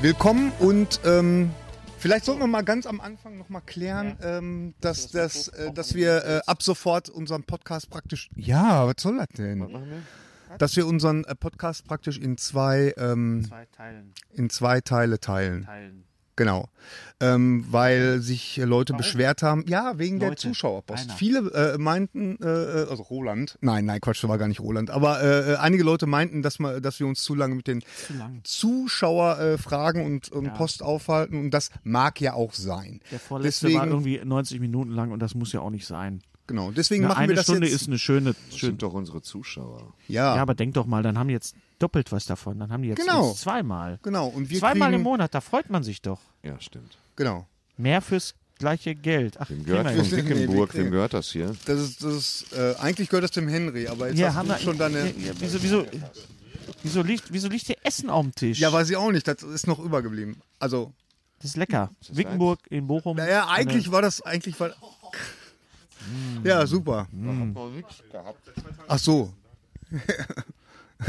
Willkommen und ähm, vielleicht sollten wir mal ganz am Anfang nochmal klären, ähm, dass, dass, äh, dass wir äh, ab sofort unseren Podcast praktisch. Ja, was soll das denn? Machen wir? Dass wir unseren äh, Podcast praktisch in zwei, ähm, Zwei Teilen. in zwei Teile teilen. Teilen. Genau. Ähm, weil sich äh, Leute beschwert haben, ja, wegen der Leute, Zuschauerpost. einer. Viele äh, meinten, äh, äh, also Roland, nein, nein, Quatsch, das war gar nicht Roland, aber äh, äh, einige Leute meinten, dass, man, dass wir uns zu lange mit den Zu lang. Zuschauerfragen und, und Post aufhalten und das mag ja auch sein. Der vorletzte war deswegen, irgendwie 90 Minuten lang und das muss ja auch nicht sein. genau, deswegen Eine, machen wir eine das Stunde jetzt. ist eine schöne. schön- sind doch unsere Zuschauer. ja, Ja, aber denk doch mal, dann haben die jetzt doppelt was davon. Dann haben die jetzt Genau. uns zweimal. genau. Und wir zweimal kriegen, im Monat, da freut man sich doch. Ja, stimmt. Genau. Mehr fürs gleiche Geld. Ach, kriegen Dem gehört wir von jetzt. Wickenburg, Nee, wir- dem gehört das hier. Das ist, das ist äh, eigentlich gehört das dem Henry, aber jetzt ja, hast haben du wir schon deine. ja, wieso, wieso, wieso, liegt, wieso liegt hier Essen auf dem Tisch? Ja, weiß ich auch nicht. Das ist noch übergeblieben. Also, das ist lecker. Wickenburg in Bochum. naja, eigentlich war das eigentlich war. Hm. Ja, super. Hm. Ach so.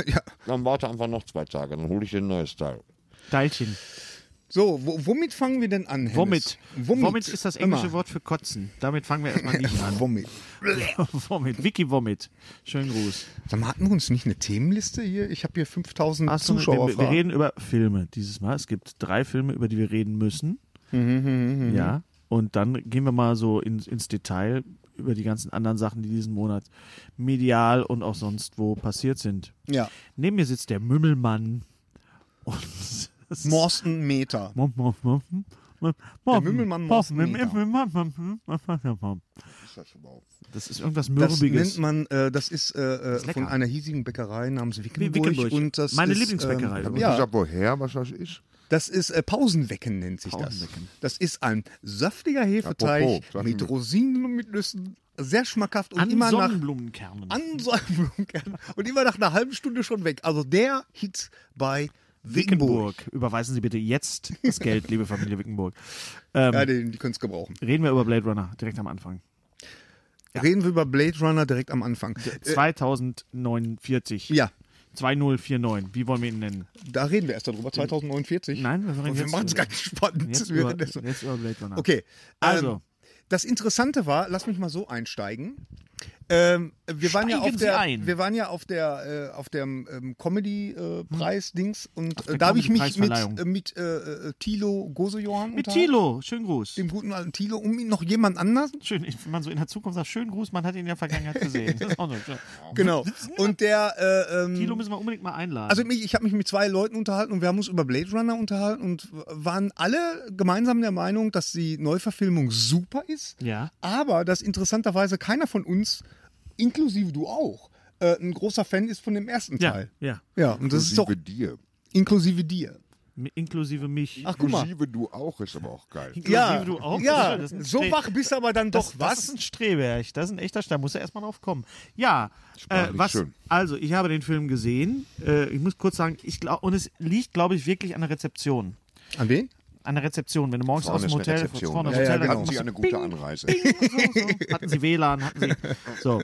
ja. Dann warte einfach noch zwei Tage, dann hole ich den neues Teil. Eine Teilchen. So, wo, womit fangen wir denn an? Hennes? Womit? Womit, Womit ist das englische Immer. Wort für kotzen. Damit fangen wir erstmal nicht an. Womit. Womit? Wiki Womit. Schönen Gruß. Sag mal, hatten wir uns nicht eine Themenliste hier? Ich habe hier 5000 Ach so, Zuschauer. wir, wir reden über Filme dieses Mal. Es gibt drei Filme, über die wir reden müssen. Mhm, Ja. Und dann gehen wir mal so in, ins Detail über die ganzen anderen Sachen, die diesen Monat medial und auch sonst wo passiert sind. Ja. Neben mir sitzt der Mümmelmann. Und Morsten Meter. Der Mümmelmann Morsten Das ist irgendwas Das nennt Mürbiges. man, äh, das ist, äh, äh, lecker. von einer hiesigen Bäckerei namens Wickenburg. Wickenburg. Und das Meine ist, Lieblingsbäckerei. Ähm, Und ja, woher was das ist? das ist äh, Pausenwecken nennt sich das. Pausenwecken. Das ist ein saftiger Hefeteig Apropos, sag mit mir. Rosinen und mit Nüssen. Sehr schmackhaft und An immer nach Sonnenblumenkernen. Ansammlung und immer nach einer halben Stunde schon weg. Also der Hit bei Wickenburg. Wickenburg. Überweisen Sie bitte jetzt das Geld, liebe Familie Wickenburg. Ähm, Ja, den, die können es gebrauchen. reden wir über Blade Runner direkt am Anfang. Reden wir über Blade Runner direkt am Anfang. 2049. Äh. Ja, 2049. Wie wollen wir ihn nennen? da reden wir erst darüber, 2049. Nein, wir reden Und wir jetzt machen es über- ganz spannend. Jetzt über, währenddessen. jetzt über Blade Runner. Okay. Also. Ähm, das Interessante war, lass mich mal so einsteigen. Ähm, wir, waren ja Steigen auf Sie der, ein. wir waren ja auf der, äh, auf der ähm, Comedy-Preis-Dings und äh, der da habe ich mich mit, Hm. Comedy-Preisverleihung. äh, mit äh, äh, Thilo Gosejohann Mit unterhalten, Thilo. Schönen Gruß. dem guten alten Thilo, um ihn noch jemand anders. Schön, wenn man so in der Zukunft sagt, schönen Gruß, man hat ihn in der Vergangenheit gesehen. Das ist auch so schön. Genau. Und der, äh, ähm, Thilo müssen wir unbedingt mal einladen. also mich, ich habe mich mit zwei Leuten unterhalten und wir haben uns über Blade Runner unterhalten und waren alle gemeinsam der Meinung, dass die Neuverfilmung super ist. ja. Aber dass interessanterweise keiner von uns, inklusive du auch, äh, ein großer Fan ist von dem ersten Ja, Teil. ja. Ja, und das ist doch Inklusive dir. inklusive dir. Mi- Inklusive mich. Ach, guck mal. Inklusive du auch, ist aber auch geil. inklusive Ja, du auch. ja Das ist ein so Stre- wach bist du aber dann doch. das, was? Das ist ein Streber, echt. das ist ein echter Stein, muss er erstmal drauf kommen. Ja, äh, Sprachlich was, schön. also ich habe den Film gesehen. Äh, ich muss kurz sagen, ich glaube, und es liegt, glaube ich, wirklich an der Rezeption. An wen? An der Rezeption, wenn du morgens aus dem Hotel, vorne Ja, aus dem ja, Hotel, dann Hatten sie eine machst du gute Bing, Anreise. so. Hatten sie WLAN, hatten sie. So.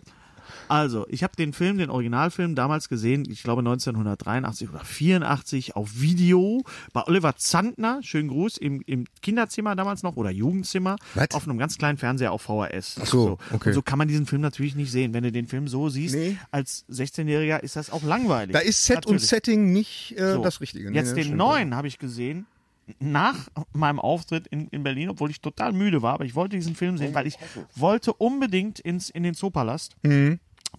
Also, ich habe den Film, den Originalfilm damals gesehen, ich glaube 1983 oder 84 auf Video bei Oliver Zandner, schönen Gruß, im, im Kinderzimmer damals noch oder Jugendzimmer, Was? auf einem ganz kleinen Fernseher auf VHS. Ach so, okay. Und so Also kann man diesen Film natürlich nicht sehen. Wenn du den Film so siehst, Nee. als 16-Jähriger ist das auch langweilig. Da ist Set und Natürlich. Setting nicht äh, So. das Richtige. Nee, Jetzt das den stimmt. neuen habe ich gesehen. Nach meinem Auftritt in, in Berlin, obwohl ich total müde war, aber ich wollte diesen Film sehen, weil ich wollte unbedingt ins, in den Zoopalast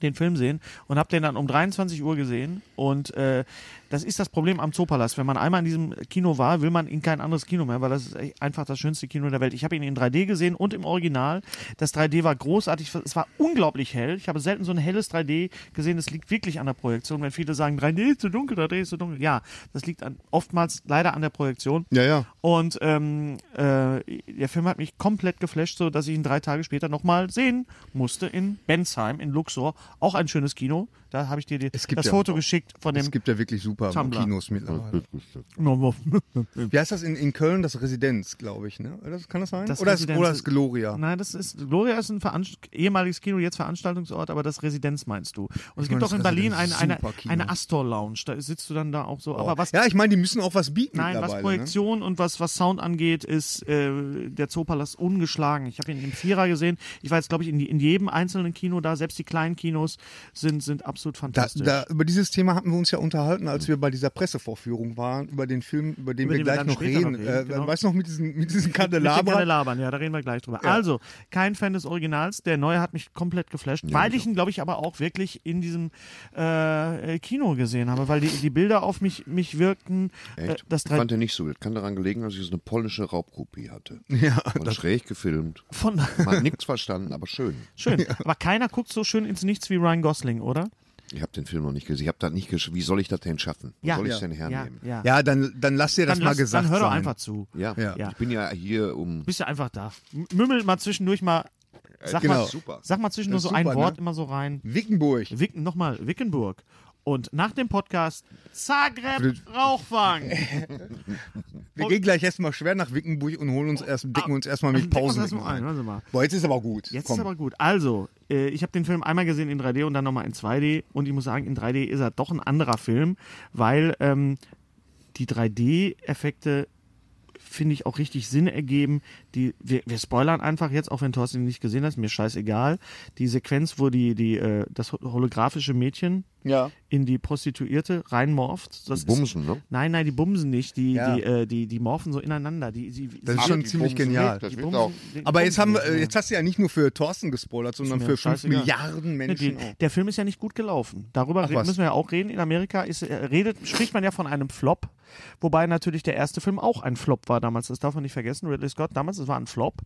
den Film sehen und habe den dann um 23 Uhr gesehen. Und äh, das ist das Problem am Zoopalast. Wenn man einmal in diesem Kino war, will man in kein anderes Kino mehr, weil das ist echt einfach das schönste Kino der Welt. Ich habe ihn in 3D gesehen und im Original. Das 3D war großartig. Es war unglaublich hell. Ich habe selten so ein helles 3D gesehen. Das liegt wirklich an der Projektion. Wenn viele sagen, 3D ist zu dunkel, 3D ist zu dunkel. Ja, das liegt an, oftmals leider an der Projektion. Ja, ja. Und ähm, äh, der Film hat mich komplett geflasht, so dass ich ihn drei Tage später nochmal sehen musste in Bensheim, in Luxor. Auch ein schönes Kino. Da habe ich dir die, Es gibt das ja- Foto geschickt von dem. Es gibt ja wirklich super Tumblr. Kinos mittlerweile. Wie heißt das in, in Köln? Das Residenz, glaube ich, ne? Oder Das, kann das sein? Das oder, das, Residenz oder ist- das Gloria. Nein, das ist Gloria ist ein Veranst ehemaliges Kino, jetzt Veranstaltungsort, aber das Residenz meinst du. Und es meine, gibt auch das in Berlin Residenz eine, ist eine, super Kino. eine Astor Lounge. Da sitzt du dann da auch so. Aber was ja, ich meine, die müssen auch was bieten Nein, was mittlerweile. ne? Projektion und was, was Sound angeht, ist äh, der Zoopalast ungeschlagen. Ich habe ihn im Vierer gesehen. Ich war jetzt, glaube ich, in, die- in jedem einzelnen Kino da. Selbst die kleinen Kinos sind, sind absolut ne? fantastisch. da, da, über dieses Thema hatten wir uns ja unterhalten, als wir bei dieser Pressevorführung waren, über den Film, über den Über wir den wir gleich dann noch später reden. noch reden, äh, genau. Weißt du noch, mit diesen, mit diesen Mit den Kandelabern? Kandelabern, ja, da reden wir gleich drüber. Also, kein Fan des Originals. Der neue hat mich komplett geflasht, weil ich ihn, glaube ich, aber auch wirklich in diesem äh, äh, Kino gesehen habe, weil die, die Bilder auf mich, mich wirkten. Äh, Echt? das ich 3 fand den nicht so wild. Kann daran gelegen, dass ich so eine polnische Raubkopie hatte. Ja, Und schräg gefilmt. von Man hat nichts verstanden, aber schön. schön. Aber keiner guckt so schön ins Nichts wie Ryan Gosling, oder? Ich habe den Film noch nicht gesehen. Ich habe da nicht gesch Wie soll ich das denn schaffen? Wo Ja. soll ich Ja. denn Ja, hernehmen? ja. ja dann, dann lass dir das dann, mal lass- gesagt dann hör doch sein. einfach zu. Ja. Ja. ich bin ja hier um. bist ja einfach da. M- Mümmel mal zwischendurch mal. Sag genau. mal, Super. sag mal zwischendurch Das ist so ein super, Wort ne? immer so rein. Wickenburg. Wick, Nochmal, Wickenburg. Und nach dem Podcast Zagreb Rauchfang. Wir gehen gleich erstmal schwer nach Wickenburg und holen uns erst, decken uns erstmal mit Ah, Decken wir uns Pausen. erst mal ein, warte mal. Boah, jetzt ist aber gut. Jetzt Komm. ist aber gut. Also, äh, ich habe den Film einmal gesehen in 3D und dann nochmal in 2D. Und ich muss sagen, in 3D ist er doch ein anderer Film, weil ähm, die 3D-Effekte finde ich auch richtig Sinn ergeben. Die, wir, wir spoilern einfach jetzt, auch wenn Thorsten ihn nicht gesehen hat, ist mir scheißegal. Die Sequenz, wo die, die, äh, das ho- holographische Mädchen Ja. in die Prostituierte reinmorpht. Das Bumsen, ist, ne? Nein, nein, die bumsen nicht. Die, Ja. die, äh, die, die morphen so ineinander. Die, die, Das ist sie- schon die ziemlich bumsen genial. nicht, Das die wird bumsen- auch. die Aber jetzt, bumsen haben, nicht ne? wir- mehr. jetzt hast du ja nicht nur für Thorsten gespoilert, sondern mir für 5 scheißegal. Milliarden Menschen. Die, auch. der Film ist ja nicht gut gelaufen. Darüber re- was. müssen wir ja auch reden. In Amerika ist, äh, redet, spricht man ja von einem Flop, wobei natürlich der erste Film auch ein Flop war damals. Das darf man nicht vergessen. Ridley Scott damals, es war ein Flop.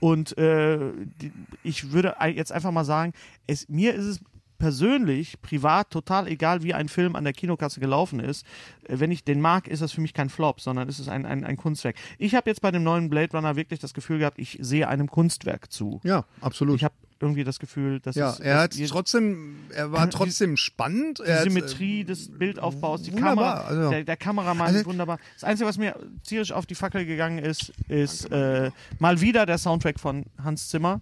Und äh, die, ich würde ein- jetzt einfach mal sagen, es, mir ist es persönlich, privat, total egal, wie ein Film an der Kinokasse gelaufen ist. Äh, Wenn ich den mag, ist das für mich kein Flop, sondern es ist ein, ein, ein Kunstwerk. Ich habe jetzt bei dem neuen Blade Runner wirklich das Gefühl gehabt, ich sehe einem Kunstwerk zu. Ja, absolut. Ich habe irgendwie das Gefühl, dass ja, es, er dass hat die, trotzdem, er war trotzdem spannend. die Er hat, Symmetrie des Bildaufbaus, die ähm, wunderbar, Kamera, also- der, der Kameramann, Also- wunderbar. Das Einzige, was mir tierisch auf die Fackel gegangen ist, ist äh, mal wieder der Soundtrack von Hans Zimmer.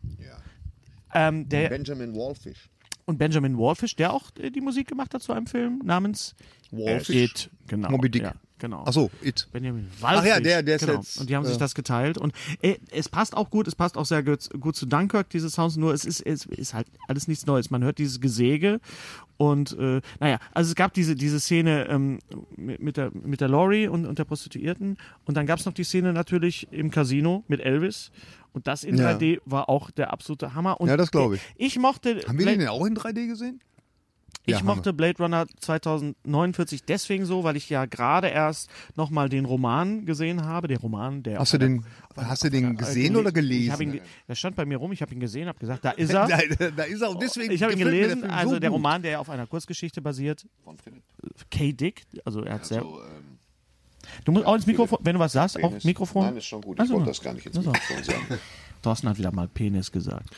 Ja. Ähm, der, Benjamin Wallfish. und Benjamin Wallfish, der auch äh, die Musik gemacht hat zu einem Film namens äh, Wallfish? It. Genau. Moby Dick. Ja, genau. Achso, ähm, it. Benjamin Ach Wallfisch. ja, der- der ist genau. jetzt, Und die haben äh, sich das geteilt. Und äh, es passt auch gut, es passt auch sehr gut, gut zu Dunkirk, diese Sounds, nur es ist, es ist halt alles nichts Neues. Man hört dieses Gesäge und äh, naja, also es gab diese, diese Szene ähm, mit, mit der, mit der Lori und, und der Prostituierten und dann gab es noch die Szene natürlich im Casino mit Elvis. Und das in Ja. 3D war auch der absolute Hammer. Und Ja, das glaub ich. Ich mochte. Haben wir den ja auch in 3D gesehen? Ich Ja, mochte Blade Runner 2049 deswegen so, weil ich ja gerade erst nochmal den Roman gesehen habe. Der Roman, der. Hast du den, hast du den gesehen oder Also Ich hab ihn, gelesen? ge- der stand bei mir rum, ich habe ihn gesehen, habe gesagt, da ist er. da, da ist er und deswegen. Ich habe ihn gefällt mir gelesen, Film also so der gut. Roman, der ja auf einer Kurzgeschichte basiert. Von Philipp. K. Dick, also er hat sehr. So, ähm, Du musst auch ins Mikrofon, wenn du was sagst, auch Penis. Mikrofon. Nein, ist schon gut. Ich Also, wollte das gar nicht ins also. Mikrofon sagen. Thorsten hat wieder mal Penis gesagt.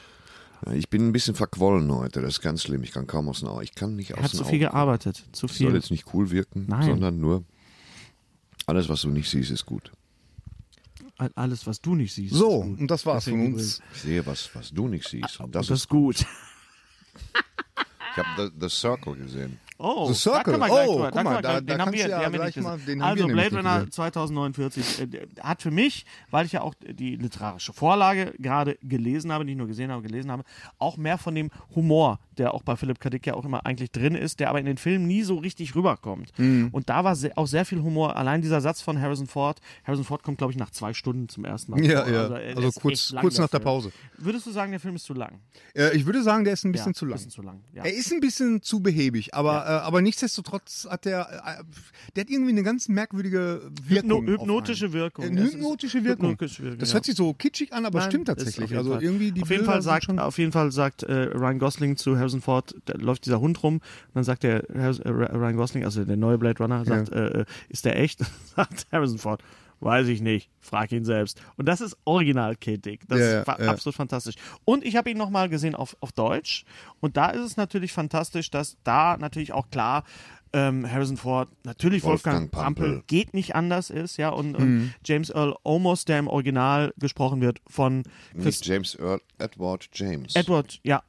Ich bin ein bisschen verquollen heute. Das ist ganz schlimm. Ich kann kaum aus dem Auge. Ich kann nicht Er hat aus zu dem viel Auge. gearbeitet, zu soll viel. jetzt nicht cool wirken, Nein. sondern nur alles, was du nicht siehst, ist gut. All- Alles, was du nicht siehst. So, ist gut. und das war's Deswegen von uns. Ich sehe was, was du nicht siehst. Und das Das ist gut. ist, ich habe the, the Circle gesehen. Oh, The Circle. Da können wir gleich Oh, drüber- guck mal, können da- wir gleich- da den haben kannst wir, du ja den haben wir gleich nicht mal- gesehen. den haben Also wir nämlich Blade nicht Runner gesehen. 2049 äh, der hat für mich, weil ich ja auch die literarische Vorlage gerade gelesen habe, nicht nur gesehen habe, gelesen habe, auch mehr von dem Humor, der auch bei Philipp K. Dick ja auch immer eigentlich drin ist, der aber in den Filmen nie so richtig rüberkommt. Mhm. Und da war se- auch sehr viel Humor. Allein dieser Satz von Harrison Ford. Harrison Ford kommt, glaube ich, nach zwei Stunden zum ersten Mal. Ja, vor. ja. er Also ist echt kurz- lang, kurz nach der Film. Pause. Würdest du sagen, der Film ist zu lang? Äh, ich würde sagen, der ist ein bisschen Ja, zu lang. Bisschen zu lang. Ja. Er ist ein bisschen zu behäbig, aber, äh, aber nichtsdestotrotz hat der, äh, der hat irgendwie eine ganz merkwürdige Wirkung. Hypno- auf hypnotische einen. Wirkung. Äh, Es ist- hypnotische Wirkung. hypnotische Wirkung, Das ja. hört sich so kitschig an, aber Nein, stimmt ist auf tatsächlich. jeden Also Fall. irgendwie die auf jeden Bilder Fall sagt, sind schon Auf jeden Fall sagt äh, Ryan Gosling zu Harrison Ford, da läuft dieser Hund rum und dann sagt der Harris- äh, Ryan Gosling, also der neue Blade Runner, sagt, äh, äh, ist der echt? sagt Harrison Ford. Weiß ich nicht, frag ihn selbst. Und das ist original Kate Dick. Das Ja, ist ja, fa- ja. absolut fantastisch. Und ich habe ihn nochmal gesehen auf, auf Deutsch. Und da ist es natürlich fantastisch, dass da natürlich auch klar ähm, Harrison Ford, natürlich Wolfgang, Wolfgang Pampel, Pampel. geht nicht anders ist, ja. Und, Mhm. und James Earl Omos, der im Original gesprochen wird von Chris Nicht James Earl, Edward James. Edward, ja.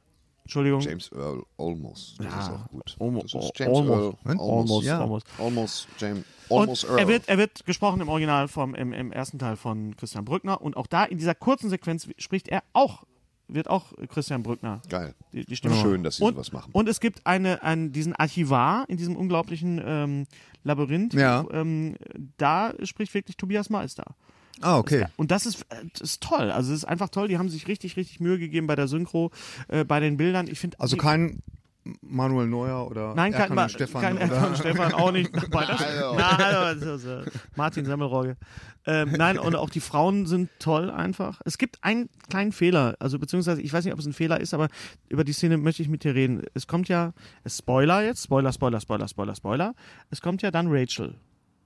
Entschuldigung. James Earl Olmos. Das ist auch gut. Olmo- das ist Olmos. Earl Almost, Olmos. ja. ja. almost. Almost James Und Almost Earl. er wird, er wird gesprochen im Original vom, im, im ersten Teil von Christian Brückner. Und auch da in dieser kurzen Sequenz spricht er auch, wird auch Christian Brückner. Geil. Die, die Stimme. Schön, dass sie und, sowas machen. Und es gibt eine, einen, diesen Archivar in diesem unglaublichen ähm, Labyrinth. Ja. Ähm, da spricht wirklich Tobias Meister. Ah, okay. Und das ist, äh, das ist toll. Also es ist einfach toll. Die haben sich richtig, richtig Mühe gegeben bei der Synchro, äh, bei den Bildern. Ich finde Also kein Manuel Neuer oder Nein, kein, Erkan Ma- und Stefan. kein oder, Erkan und Stefan auch nicht. Wobei das- also. Na, also, also, also, Martin Semmelrogge. Ähm, nein, und auch die Frauen sind toll einfach. Es gibt einen kleinen Fehler, also beziehungsweise, ich weiß nicht, ob es ein Fehler ist, aber über die Szene möchte ich mit dir reden. Es kommt ja, es Spoiler jetzt, Spoiler, Spoiler, Spoiler, Spoiler, Spoiler. Es kommt ja dann Rachel.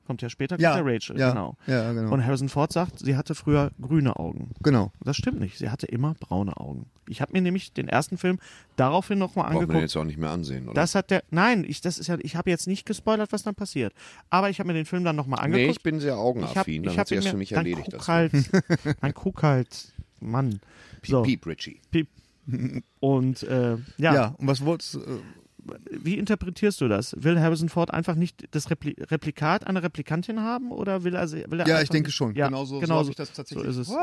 Kommt ja später, Ja, kommt ja Rachel, ja, genau. ja, genau. Und Harrison Ford sagt, sie hatte früher grüne Augen. genau. Das stimmt nicht. Sie hatte immer braune Augen. Ich habe mir nämlich den ersten Film daraufhin nochmal Braucht man angeguckt. jetzt auch nicht mehr ansehen, oder? Das hat der. Nein, ich, das ist ja, ich habe jetzt nicht gespoilert, was dann passiert. Aber ich habe mir den Film dann nochmal angeguckt. nee, ich bin sehr Ich hab- augenaffin. ich Dann hab hat sie ihn erst mir- für mich dann erledigt. Guck Das halt, dann guck halt. Mann. So, Piep, Richie. piep. Und äh, ja, Ja. und was wolltest du? Äh, wie interpretierst du das? Will Harrison Ford einfach nicht das Repli Replikat einer Replikantin haben oder will er, sie- will er Ja, einfach ich denke nicht- schon. also, Ja, Genauso- so genau hab ich das tatsächlich- So ist es.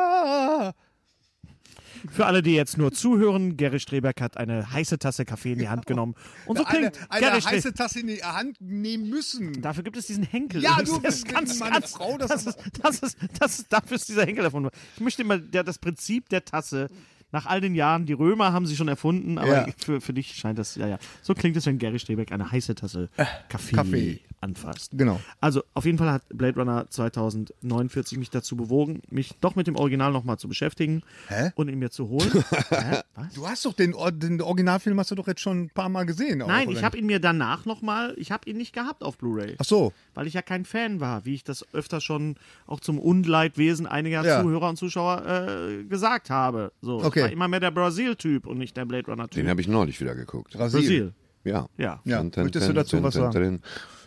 Für alle, die jetzt nur zuhören, Gary Streberg hat eine heiße Tasse Kaffee in die Hand genommen. Und so eine klingt Gary Genau. Ah, eine Streberg. heiße Tasse in die Hand nehmen müssen. Dafür gibt es diesen Henkel. Ja, Das du ist bist meine Frau, das das ist, das ist, das ist, dafür ist dieser Henkel erfunden worden. Ich möchte mal der, das Prinzip der Tasse. Nach all den Jahren, die Römer haben sie schon erfunden, Ja. aber für, für dich scheint das, ja, ja. So klingt es, wenn Gary Strebeck eine heiße Tasse Kaffee, Äh, Kaffee. anfasst. Genau. Also, auf jeden Fall hat Blade Runner 2049 mich dazu bewogen, mich doch mit dem Original nochmal zu beschäftigen Hä? und ihn mir zu holen. Hä? Was? Du hast doch den, Or- den Originalfilm hast du doch jetzt schon ein paar Mal gesehen. auch, Nein, oder ich nicht? habe ihn mir danach nochmal, ich habe ihn nicht gehabt auf Blu-ray. Ach so. weil ich ja kein Fan war, wie ich das öfter schon auch zum Unleidwesen einiger Ja. Zuhörer und Zuschauer äh, gesagt habe. So, Okay. Ich war immer mehr der Brasil-Typ und nicht der Blade Runner-Typ. Den habe ich neulich wieder geguckt. Brasil. Brasil. Ja. Ja. Ja. Möchtest du dazu was sagen?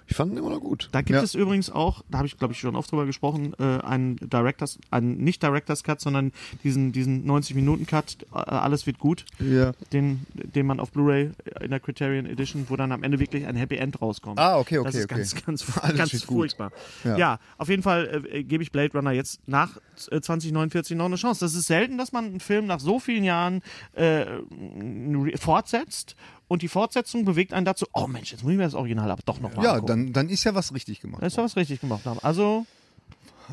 Ich fand ihn immer noch gut. Da gibt Ja. es übrigens auch, da habe ich glaube ich schon oft drüber gesprochen, äh, einen Directors, einen nicht Directors Cut, sondern diesen diesen 90 Minuten Cut, äh, alles wird gut, Ja. den den man auf Blu-ray äh, in der Criterion Edition, wo dann am Ende wirklich ein Happy End rauskommt. Ah, okay, okay, Das ist okay. ganz ganz Alles ganz wird gut. furchtbar. Ja. Ja. auf jeden Fall äh, gebe ich Blade Runner jetzt nach äh, 2049 noch eine Chance. Das ist selten, dass man einen Film nach so vielen Jahren äh, re- fortsetzt. Und die Fortsetzung bewegt einen dazu, oh Mensch, jetzt muss ich mir das Original aber doch nochmal Ja, angucken. dann, dann ist ja was richtig gemacht. Da ist ja was richtig gemacht haben. Also,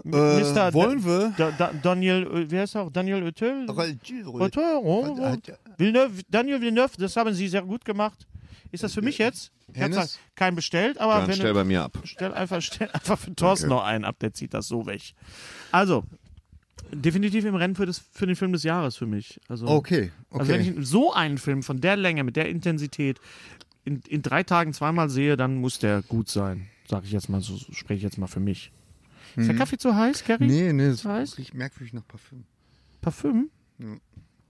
Äh, Mr. wollen wir? Da, da, Daniel, äh, wie heißt er auch? Daniel Oetel? Roll- Roll- äh, Oetel, oh, oh. Villeneuve, Daniel Villeneuve, das haben Sie sehr gut gemacht. Ist das für mich jetzt? Ich habe Hennes? keinen bestellt, aber Dann wenn stell du, bei mir ab. stell einfach, stell einfach für Thorsten Danke. noch einen ab, der zieht das so weg. Also, definitiv im Rennen für, das, für den Film des Jahres für mich. Also, Okay, okay. Also wenn ich so einen Film von der Länge, mit der Intensität in, in drei Tagen zweimal sehe, dann muss der gut sein. Sag ich jetzt mal, so so spreche ich jetzt mal für mich. Ist der Kaffee zu heiß, Gary? Mhm. nee, nee, das Zu heiß? riecht merkwürdig nach Parfüm. Parfüm?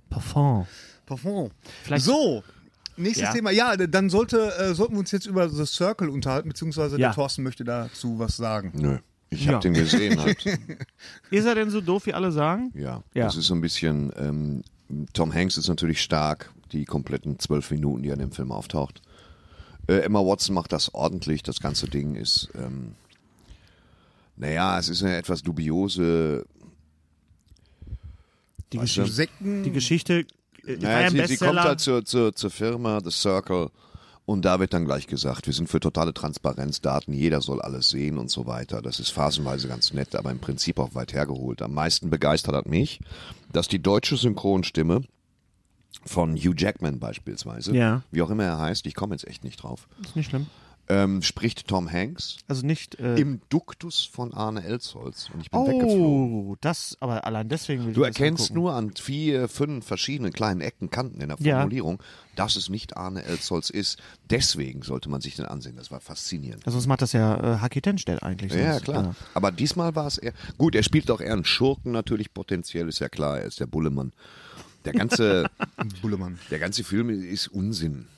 Parfum. Mhm. Parfum. Vielleicht- so, nächstes Ja. Thema. Ja, d- dann sollte, äh, sollten wir uns jetzt über The Circle unterhalten, beziehungsweise Ja. der Thorsten möchte dazu was sagen. Nö. Ich habe Ja. den gesehen halt. Ist er denn so doof, wie alle sagen? Ja. Ja. Das ist so ein bisschen. Ähm, Tom Hanks ist natürlich stark, die kompletten zwölf Minuten, die er in dem Film auftaucht. Äh, Emma Watson macht das ordentlich. Das ganze Ding ist. Ähm, naja, es ist eine etwas dubiose. Die, Weißt Geschichte. Sekten. die Geschichte äh, war ja Naja, ein sie, sie kommt Bestseller. halt zur, zur, zur Firma, The Circle. Und da wird dann gleich gesagt, wir sind für totale Transparenz, Daten, jeder soll alles sehen und so weiter. Das ist phasenweise ganz nett, aber im Prinzip auch weit hergeholt. Am meisten begeistert hat mich, dass die deutsche Synchronstimme von Hugh Jackman beispielsweise, Ja. wie auch immer er heißt, ich komme jetzt echt nicht drauf, Ist nicht schlimm. ähm, spricht Tom Hanks Also nicht. Äh, im Duktus von Arne Elsholz. Und ich bin weggeflogen. oh, das, aber allein deswegen will ich Du das erkennst angucken. nur an vier, fünf verschiedenen kleinen Ecken, Kanten in der Ja. Formulierung, dass es nicht Arne Elsholz ist. Deswegen sollte man sich den ansehen. Das war faszinierend. Also sonst macht das ja äh, Haki Tenstedt eigentlich. ja, sonst. klar. Aber diesmal war es eher. Gut, er spielt auch eher einen Schurken natürlich potenziell, ist ja klar. Er ist der Bullemann. Der ganze, Hm. Bullemann. der ganze Film ist Unsinn.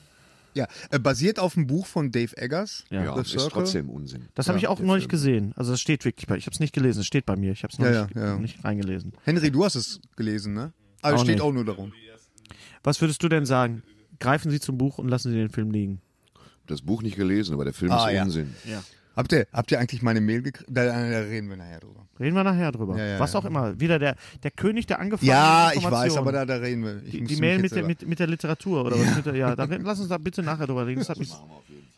Ja, äh, basiert auf dem Buch von Dave Eggers. Ja. Ja, The ist trotzdem Unsinn. Das habe ich auch neulich gesehen. Also das steht wirklich bei. Ich habe es nicht gelesen, es steht bei mir. Ich habe es noch Ja, nicht, ja, ja. nicht reingelesen. Henry, du hast es gelesen, ne? Also Auch steht nicht. auch nur darum. Was würdest du denn sagen? Greifen Sie zum Buch und lassen Sie den Film liegen. Das Buch nicht gelesen, aber der Film Ah, ist ja. Unsinn. Habt ihr, habt ihr eigentlich meine Mail gekriegt? Da, da reden wir nachher drüber. Reden wir nachher drüber. Ja, ja, Was ja. auch immer. Wieder der, der König der angefangenen Ja, ich Informationen. weiß, aber da, da reden wir. Ich Die, muss die mich Mail jetzt mit der, selber- mit, mit der Literatur oder was? Mit der, ja, da, reden- lass uns da bitte nachher drüber reden. Das, hat mich,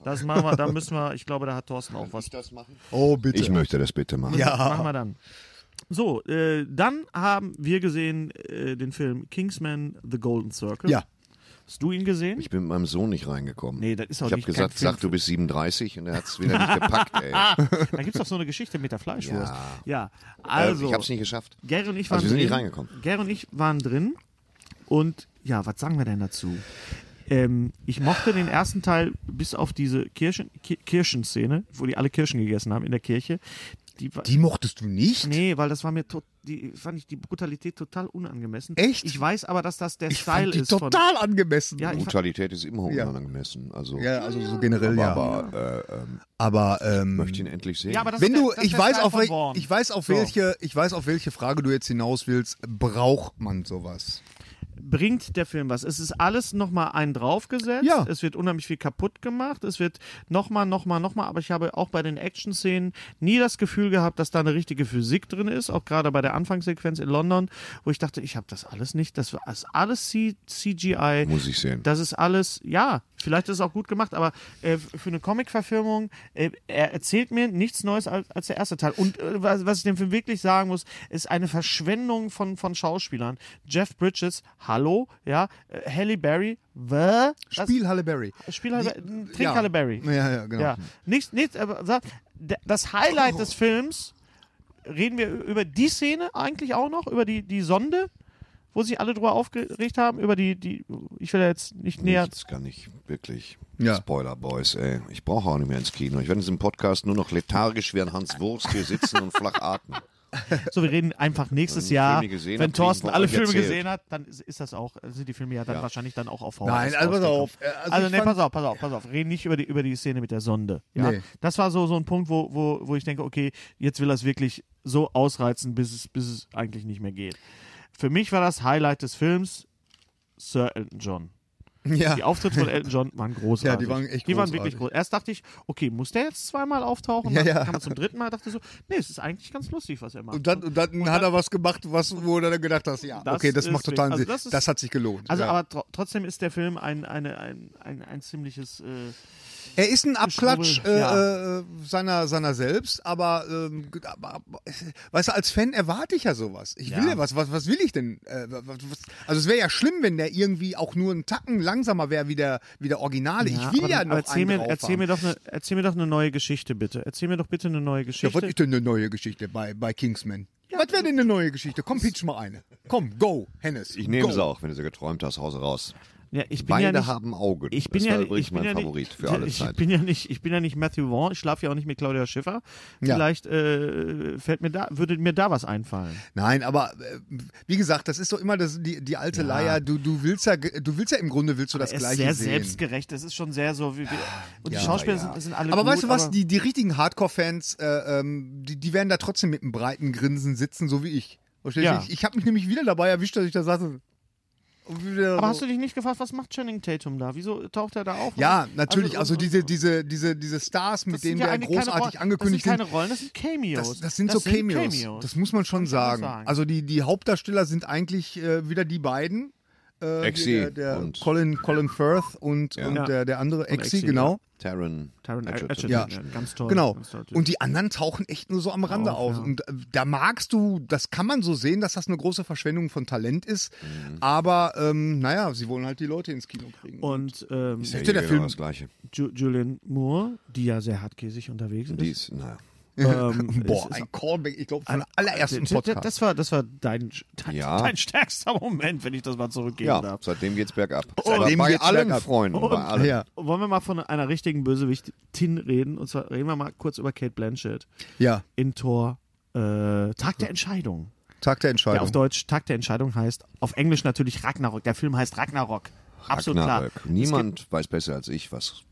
das machen wir, da müssen wir, ich glaube, da hat Thorsten auch was. Das machen? Oh, bitte. Ich möchte das bitte machen. Ja. Machen wir dann. So, äh, dann haben wir gesehen äh, den Film Kingsman The Golden Circle. ja. Hast du ihn gesehen? Ich bin mit meinem Sohn nicht reingekommen. Nee, das ist auch ich habe nicht kein gesagt, Film sag, du bist 37 und er hat es wieder nicht gepackt, ey. Da gibt es doch so eine Geschichte mit der Fleischwurst. Ja, Äh, also. ich habe es nicht geschafft. Gary und ich waren Also wir sind drin. nicht reingekommen. Gary und ich waren drin. Und ja, was sagen wir denn dazu? Ähm, ich mochte den ersten Teil bis auf diese Kirchen, Ki- Kirchenszene, wo die alle Kirschen gegessen haben in der Kirche. Die, war- Die mochtest du nicht? nee, weil das war mir tot, die fand ich die Brutalität total unangemessen. Echt? Ich weiß aber, dass das der ich Style fand die ist von total angemessen. Ja, ich- Brutalität ist immer Ja. unangemessen. Also Ja, also so generell ja. aber, äh, ähm, Aber ähm, möchte ihn endlich sehen. Ja, aber das wenn ist du, der, das ich ist der weiß, Style auf von welch, Vaughn. ich weiß auf So. welche, ich weiß auf welche Frage du jetzt hinaus willst. Braucht man sowas? bringt der Film was. Es ist alles nochmal einen draufgesetzt. Ja. Es wird unheimlich viel kaputt gemacht. Es wird nochmal, nochmal, nochmal. Aber ich habe auch bei den Action-Szenen nie das Gefühl gehabt, dass da eine richtige Physik drin ist. Auch gerade bei der Anfangssequenz in London, wo ich dachte, ich habe das alles nicht. Das ist alles C CGI. Muss ich sehen. Das ist alles, ja, vielleicht ist es auch gut gemacht, aber äh, für eine Comic-Verfilmung, äh, er erzählt mir nichts Neues als, als der erste Teil. Und äh, was, was ich dem Film wirklich sagen muss, ist eine Verschwendung von, von Schauspielern. Jeff Bridges, hallo, ja, äh, Halle Berry, wä? Das- Spiel Halle Berry. Spiel Halle, äh, Die- Trink ja. Halle Berry. Ja, ja, genau. Oh. Ja, nichts, nichts, aber sag, d- das Highlight des Films, reden wir über die Szene eigentlich auch noch, über die, die Sonde, wo sich alle drüber aufgeregt haben, über die, die, ich will da jetzt nicht näher. Nichts kann ich wirklich. Ja. Spoiler Boys, ey. Ich brauche auch nicht mehr ins Kino. Ich werde in diesem Podcast nur noch lethargisch wie ein Hans Wurst hier sitzen und flach atmen. So, wir reden einfach nächstes Wenn ich Jahr. Filme gesehen Wenn hab, krieg ich Thorsten von alle euch Filme erzählt. gesehen hat, dann ist- ist das auch, sind die Filme ja dann wahrscheinlich dann auch auf VHS. Nein, also pass rausgekommen. auf, äh, also Also, ich nee, fand- pass auf, pass auf, pass auf. Reden nicht über die, über die Szene mit der Sonde. Ja? Nee. Das war so, so ein Punkt, wo, wo, wo ich denke, okay, jetzt will er es wirklich so ausreizen, bis es, bis es eigentlich nicht mehr geht. Für mich war das Highlight des Films Sir Elton John. Ja. Die Auftritte von Elton John waren großartig. Ja, die waren echt Die waren großartig. wirklich groß. Erst dachte ich, okay, muss der jetzt zweimal auftauchen? Ja, dann ja. kam er zum dritten Mal, dachte so, nee, es ist eigentlich ganz lustig, was er macht. Und dann, und dann hat er was gemacht, was, wo du dann gedacht hast, ja, Das okay, das ist macht totalen also Sinn. das Das, ist- hat sich gelohnt. Also, ja. aber tro trotzdem ist der Film ein, eine, ein, ein, ein ziemliches. Äh, Er ist ein Abklatsch Geschwurbel, äh, ja. äh, seiner, seiner selbst, aber, ähm, gut, aber, aber, äh, weißt du, als Fan erwarte ich ja sowas. Ich will Ja. ja was. Was, was will ich denn? Äh, was, was, also es wäre ja schlimm, wenn der irgendwie auch nur einen Tacken langsamer wäre wie der, wie der Originale. ich will aber ja dann noch erzähl einen mir, drauf erzähl haben. mir doch eine, erzähl mir doch eine neue Geschichte bitte. Erzähl mir doch bitte eine neue ja, was Geschichte. ist denn eine neue Geschichte bei, bei Kingsman? was wäre denn eine neue Geschichte? Komm, pitch mal eine. Komm, go, Hennes. Ich nehme go. sie auch, wenn du sie geträumt hast, hause raus. Ja, ich bin ja Beide nicht, haben Augen. Ich bin das ja, war nicht- übrigens ich bin mein ja nicht- Favorit für alle ich Zeit. Bin ja nicht, ich bin ja nicht Matthew Vaughn, ich schlafe ja auch nicht mit Claudia Schiffer. Ja. Vielleicht äh, fällt mir da, würde mir da was einfallen. Nein, aber äh, wie gesagt, das ist doch immer das, die, die alte Leier. Du, du willst ja, ge- du willst ja im Grunde willst du das er ist gleiche sehr sehen. selbstgerecht, das ist schon sehr so. Wie, wie, und die Schauspieler Sind, sind alle aber gut, weißt du was? aber- Die, die richtigen Hardcore-Fans, äh, ähm, die, die werden da trotzdem mit einem breiten Grinsen sitzen, so wie ich. Verstehst du? Ja. Ich, ich habe mich nämlich wieder dabei erwischt, dass ich da saß. aber hast du dich nicht gefragt, was macht Channing Tatum da? Wieso taucht er da auf? ja, natürlich. Also, und- diese, diese, diese, diese Stars, das mit sind denen ja wir eigentlich keine großartig Rollen- angekündigt Das sind, sind keine Rollen, das sind Cameos. Das, das sind so Cameos. Das muss man schon Muss man sagen. sagen. Also die, die Hauptdarsteller sind eigentlich äh, wieder die beiden. Äh, Exi der, der und- Colin, Colin Firth und, und Ja. der, der andere Exi, Exi, genau. Taron Taron Egerton. Egerton, äh, Ja. ganz toll. Genau. Ganz toll, Und die anderen tauchen echt nur so am Rande auf, auf. ja. Und äh, da magst du, das kann man so sehen, dass das eine große Verschwendung von Talent ist. Aber ähm, naja, sie wollen halt die Leute ins Kino kriegen. Mhm. und ähm, Ist ja Hätte hier der genau Film- das Gleiche. Ju Julian Moore, die ja sehr hartkäsig unterwegs ist. Die ist, naja. ähm, Boah, es ist- ein Callback, ich glaube, von Ein- allerersten D- d- d- Podcast. Das war, das war dein, dein, Ja. dein stärkster Moment, wenn ich das mal zurückgeben Ja, darf. seitdem geht's bergab. Seitdem bei geht's allen bergab. Freunden, bei allen. ja. Wollen wir mal von einer richtigen Bösewichtin reden? Und zwar reden wir mal kurz über Kate Blanchett ja, in Tor äh, Tag der Entscheidung. Tag der Der auf Entscheidung. Deutsch Tag der Entscheidung heißt, auf Englisch natürlich Ragnarok. Der Film heißt Ragnarok. Absolut Ragnarök. klar. Es Niemand weiß besser als ich, was gibt-